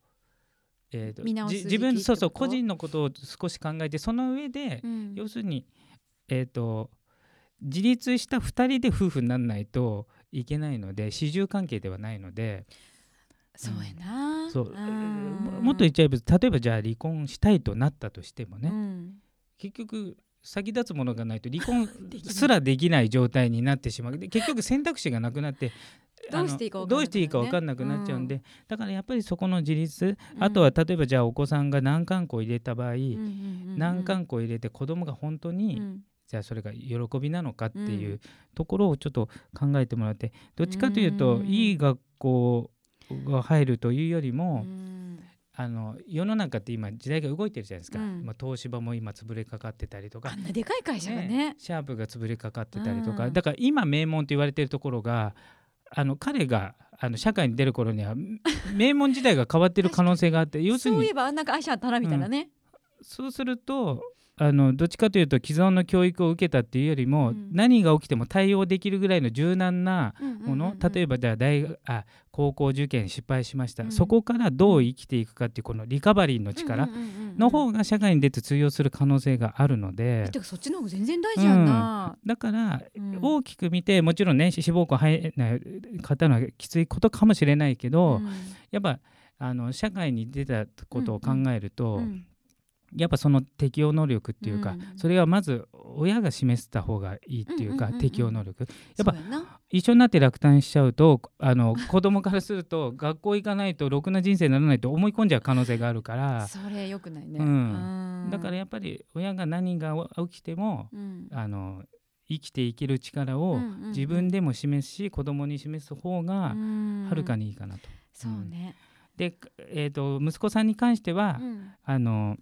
[SPEAKER 2] えーと
[SPEAKER 1] 見直す
[SPEAKER 2] じ
[SPEAKER 1] 時期
[SPEAKER 2] 自分そうそう
[SPEAKER 1] ってこと
[SPEAKER 2] 個人のことを少し考えてその上で、
[SPEAKER 1] うん
[SPEAKER 2] 要するにえっ、と自立した2人で夫婦にならないといけないので始終関係ではないので
[SPEAKER 1] そうやな
[SPEAKER 2] そう、
[SPEAKER 1] ん
[SPEAKER 2] えーももっと言っちゃえば例えばじゃあ離婚したいとなったとしてもね、
[SPEAKER 1] うん
[SPEAKER 2] 結局先立つものがないと離婚すらできない状態になってしまうで結局選択肢がなくなって
[SPEAKER 1] どうしていいか
[SPEAKER 2] あの
[SPEAKER 1] 分かんなくなるね
[SPEAKER 2] どうしていいか分かんなくなっちゃうんで、だからやっぱりそこの自立、あとは例えばじゃあお子さんが難関校入れた場
[SPEAKER 1] う
[SPEAKER 2] 合、
[SPEAKER 1] んうんうんうん
[SPEAKER 2] 難関校入れて子供が本当に、
[SPEAKER 1] うん
[SPEAKER 2] じゃあそれが喜びなのかっていううんところをちょっと考えてもらってどっちかというと、
[SPEAKER 1] うん
[SPEAKER 2] いい学校が入るというよりも、
[SPEAKER 1] うん
[SPEAKER 2] あの世の中って今時代が動いてるじゃないですか、
[SPEAKER 1] うん
[SPEAKER 2] まあ、東芝も今潰れかかってたりとか
[SPEAKER 1] あんなでかい会社がね
[SPEAKER 2] ねシャープが潰れかかってたりとか、
[SPEAKER 1] うん
[SPEAKER 2] だから今名門と言われてるところがあの彼があの社会に出る 頃には名門自体が変わってる可能性があって要する
[SPEAKER 1] そうい
[SPEAKER 2] に
[SPEAKER 1] えばあんな会社あったなみたいなね、
[SPEAKER 2] そうするとあのどっちかというと既存の教育を受けたっていうよりも、
[SPEAKER 1] うん
[SPEAKER 2] 何が起きても対応できるぐらいの柔軟なもの、例え
[SPEAKER 1] ば
[SPEAKER 2] ばじゃあ大学あ高校受験失敗しました、
[SPEAKER 1] うん
[SPEAKER 2] そこからどう生きていくかっていうこのリカバリーの力、の方が社会に出て通用する可能性があるので、
[SPEAKER 1] てかそっちの方が全然大事やんな、
[SPEAKER 2] だから
[SPEAKER 1] うん
[SPEAKER 2] 大きく見てもちろんね志望校入れない方のはきついことかもしれないけど、
[SPEAKER 1] うん
[SPEAKER 2] やっぱあの社会に出たことを考えると、
[SPEAKER 1] うん
[SPEAKER 2] やっぱその適応能力っていうか、
[SPEAKER 1] うん
[SPEAKER 2] それはまず親が示した方がいいっていう
[SPEAKER 1] う
[SPEAKER 2] か、
[SPEAKER 1] んうんうんうん
[SPEAKER 2] 適応能力やっ
[SPEAKER 1] そ
[SPEAKER 2] ぱ
[SPEAKER 1] うやな
[SPEAKER 2] 一緒になって落胆しちゃうとあの子供からすると 学校行かないとろくな人生にならないと思い込んじゃう可能性があるから、
[SPEAKER 1] それ良くないね、
[SPEAKER 2] うん
[SPEAKER 1] うん
[SPEAKER 2] だからやっぱり親が何が起きても
[SPEAKER 1] うん
[SPEAKER 2] あの生きていける力を自分でも示し、子供に示す方がは
[SPEAKER 1] は
[SPEAKER 2] るか
[SPEAKER 1] に
[SPEAKER 2] にいいかなと。
[SPEAKER 1] そうね、
[SPEAKER 2] で、えー、と息子さんに関しては、
[SPEAKER 1] うん
[SPEAKER 2] あの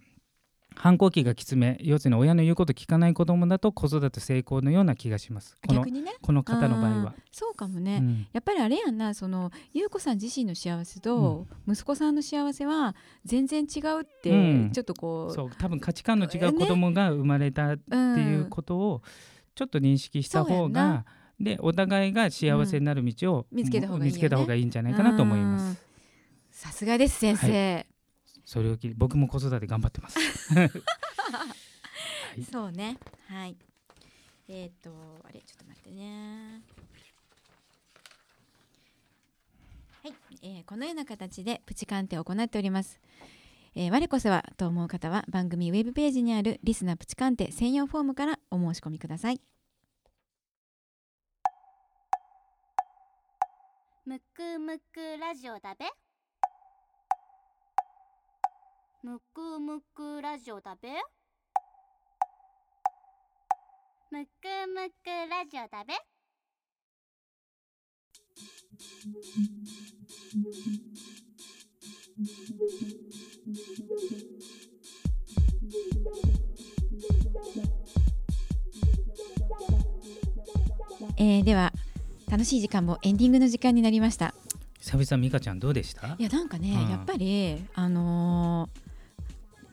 [SPEAKER 2] 反抗期がきつめ要するに親の言うこと聞かない子供だと子育て成功のような気がしますこの
[SPEAKER 1] 逆にね
[SPEAKER 2] この方の場合は
[SPEAKER 1] あー。そうかもね、
[SPEAKER 2] うん
[SPEAKER 1] やっぱりあれやんなその優子さん自身の幸せと息子さんの幸せは全然違うって、
[SPEAKER 2] うん
[SPEAKER 1] ちょっとこう
[SPEAKER 2] そう多分価値観の違う子供が生まれたっ
[SPEAKER 1] うん、
[SPEAKER 2] ていうことをちょっと認識した
[SPEAKER 1] そうや
[SPEAKER 2] 方
[SPEAKER 1] んな
[SPEAKER 2] が、でお互いが幸せになる道を、
[SPEAKER 1] うん見つけた方がいいよね
[SPEAKER 2] 見つけた方がいいんじゃないかなと思います。
[SPEAKER 1] うんさすがです先生、
[SPEAKER 2] それをきり僕も子育て頑張って ます。はい
[SPEAKER 1] そうねはいえっ、とあれちょっと待ってねはい、えーこのような形でプチ鑑定を行っております、えー我こそはと思う方は番組ウェブページにあるリスナープチ鑑定専用フォームからお申し込みください
[SPEAKER 3] むくむくラジオだべむくむくラジオだべむくむくラジオだべ
[SPEAKER 1] えーでは楽しい時間もエンディングの時間になりました
[SPEAKER 2] 久々美香ちゃんどうでした
[SPEAKER 1] いやなんかね、
[SPEAKER 2] うん
[SPEAKER 1] やっぱりあのー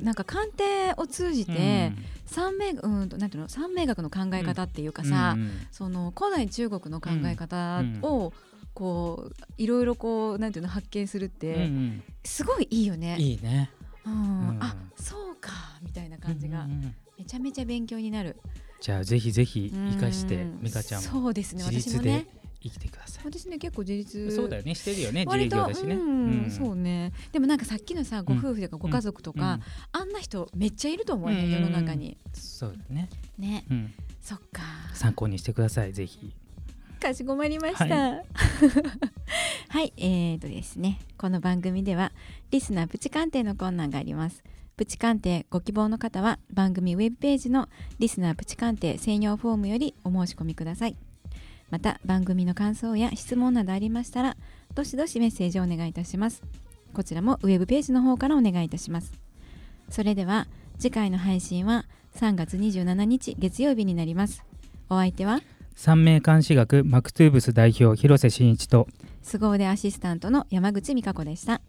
[SPEAKER 1] なんか鑑定を通じて、三名うんとなんていうの三名学の考え方っていう
[SPEAKER 2] う
[SPEAKER 1] か
[SPEAKER 2] ん
[SPEAKER 1] さ、
[SPEAKER 2] うん
[SPEAKER 1] その古代中国の考え方をこういろいろこうなんていうの発見するっ
[SPEAKER 2] うん
[SPEAKER 1] て
[SPEAKER 2] うん
[SPEAKER 1] すごいいいよね。
[SPEAKER 2] いいね
[SPEAKER 1] うん
[SPEAKER 2] うん
[SPEAKER 1] あそうかみたいな感じが、
[SPEAKER 2] うんうんうん
[SPEAKER 1] めちゃめちゃ勉強になる。
[SPEAKER 2] じゃあぜひぜひ
[SPEAKER 1] うん
[SPEAKER 2] 生かして美香ちゃんも
[SPEAKER 1] そうですね
[SPEAKER 2] 自
[SPEAKER 1] 私
[SPEAKER 2] 立
[SPEAKER 1] も
[SPEAKER 2] で
[SPEAKER 1] ね
[SPEAKER 2] 生きてください
[SPEAKER 1] 私ね結構自立
[SPEAKER 2] そうだよねしてるよね自営
[SPEAKER 1] 割と
[SPEAKER 2] 業だしね
[SPEAKER 1] うんそう
[SPEAKER 2] う
[SPEAKER 1] ねでもなんかさっきのさご夫婦とかご家族と
[SPEAKER 2] ん
[SPEAKER 1] か、あんな人めっちゃいると思うね、
[SPEAKER 2] うん
[SPEAKER 1] 世の中に
[SPEAKER 2] そうだね
[SPEAKER 1] ね
[SPEAKER 2] うん
[SPEAKER 1] そっか
[SPEAKER 2] 参考にしてくださいぜひ
[SPEAKER 1] かしこまりましたは、
[SPEAKER 2] はい
[SPEAKER 1] えーとですねこの番組ではリスナープチ鑑定のコーナーがありますプチ鑑定ご希望の方は番組ウェブページのリスナープチ鑑定専用フォームよりお申し込みくださいまた番組の感想や質問などありましたらどしどしメッセージをお願いいたしますこちらもウェブページの方からお願いいたしますそれでは次回の配信は3月27日月曜日になりますお相手は
[SPEAKER 2] 三名監視学マクトゥーブス代表広瀬真一と
[SPEAKER 1] 凄腕アシスタントの山口美香子でした。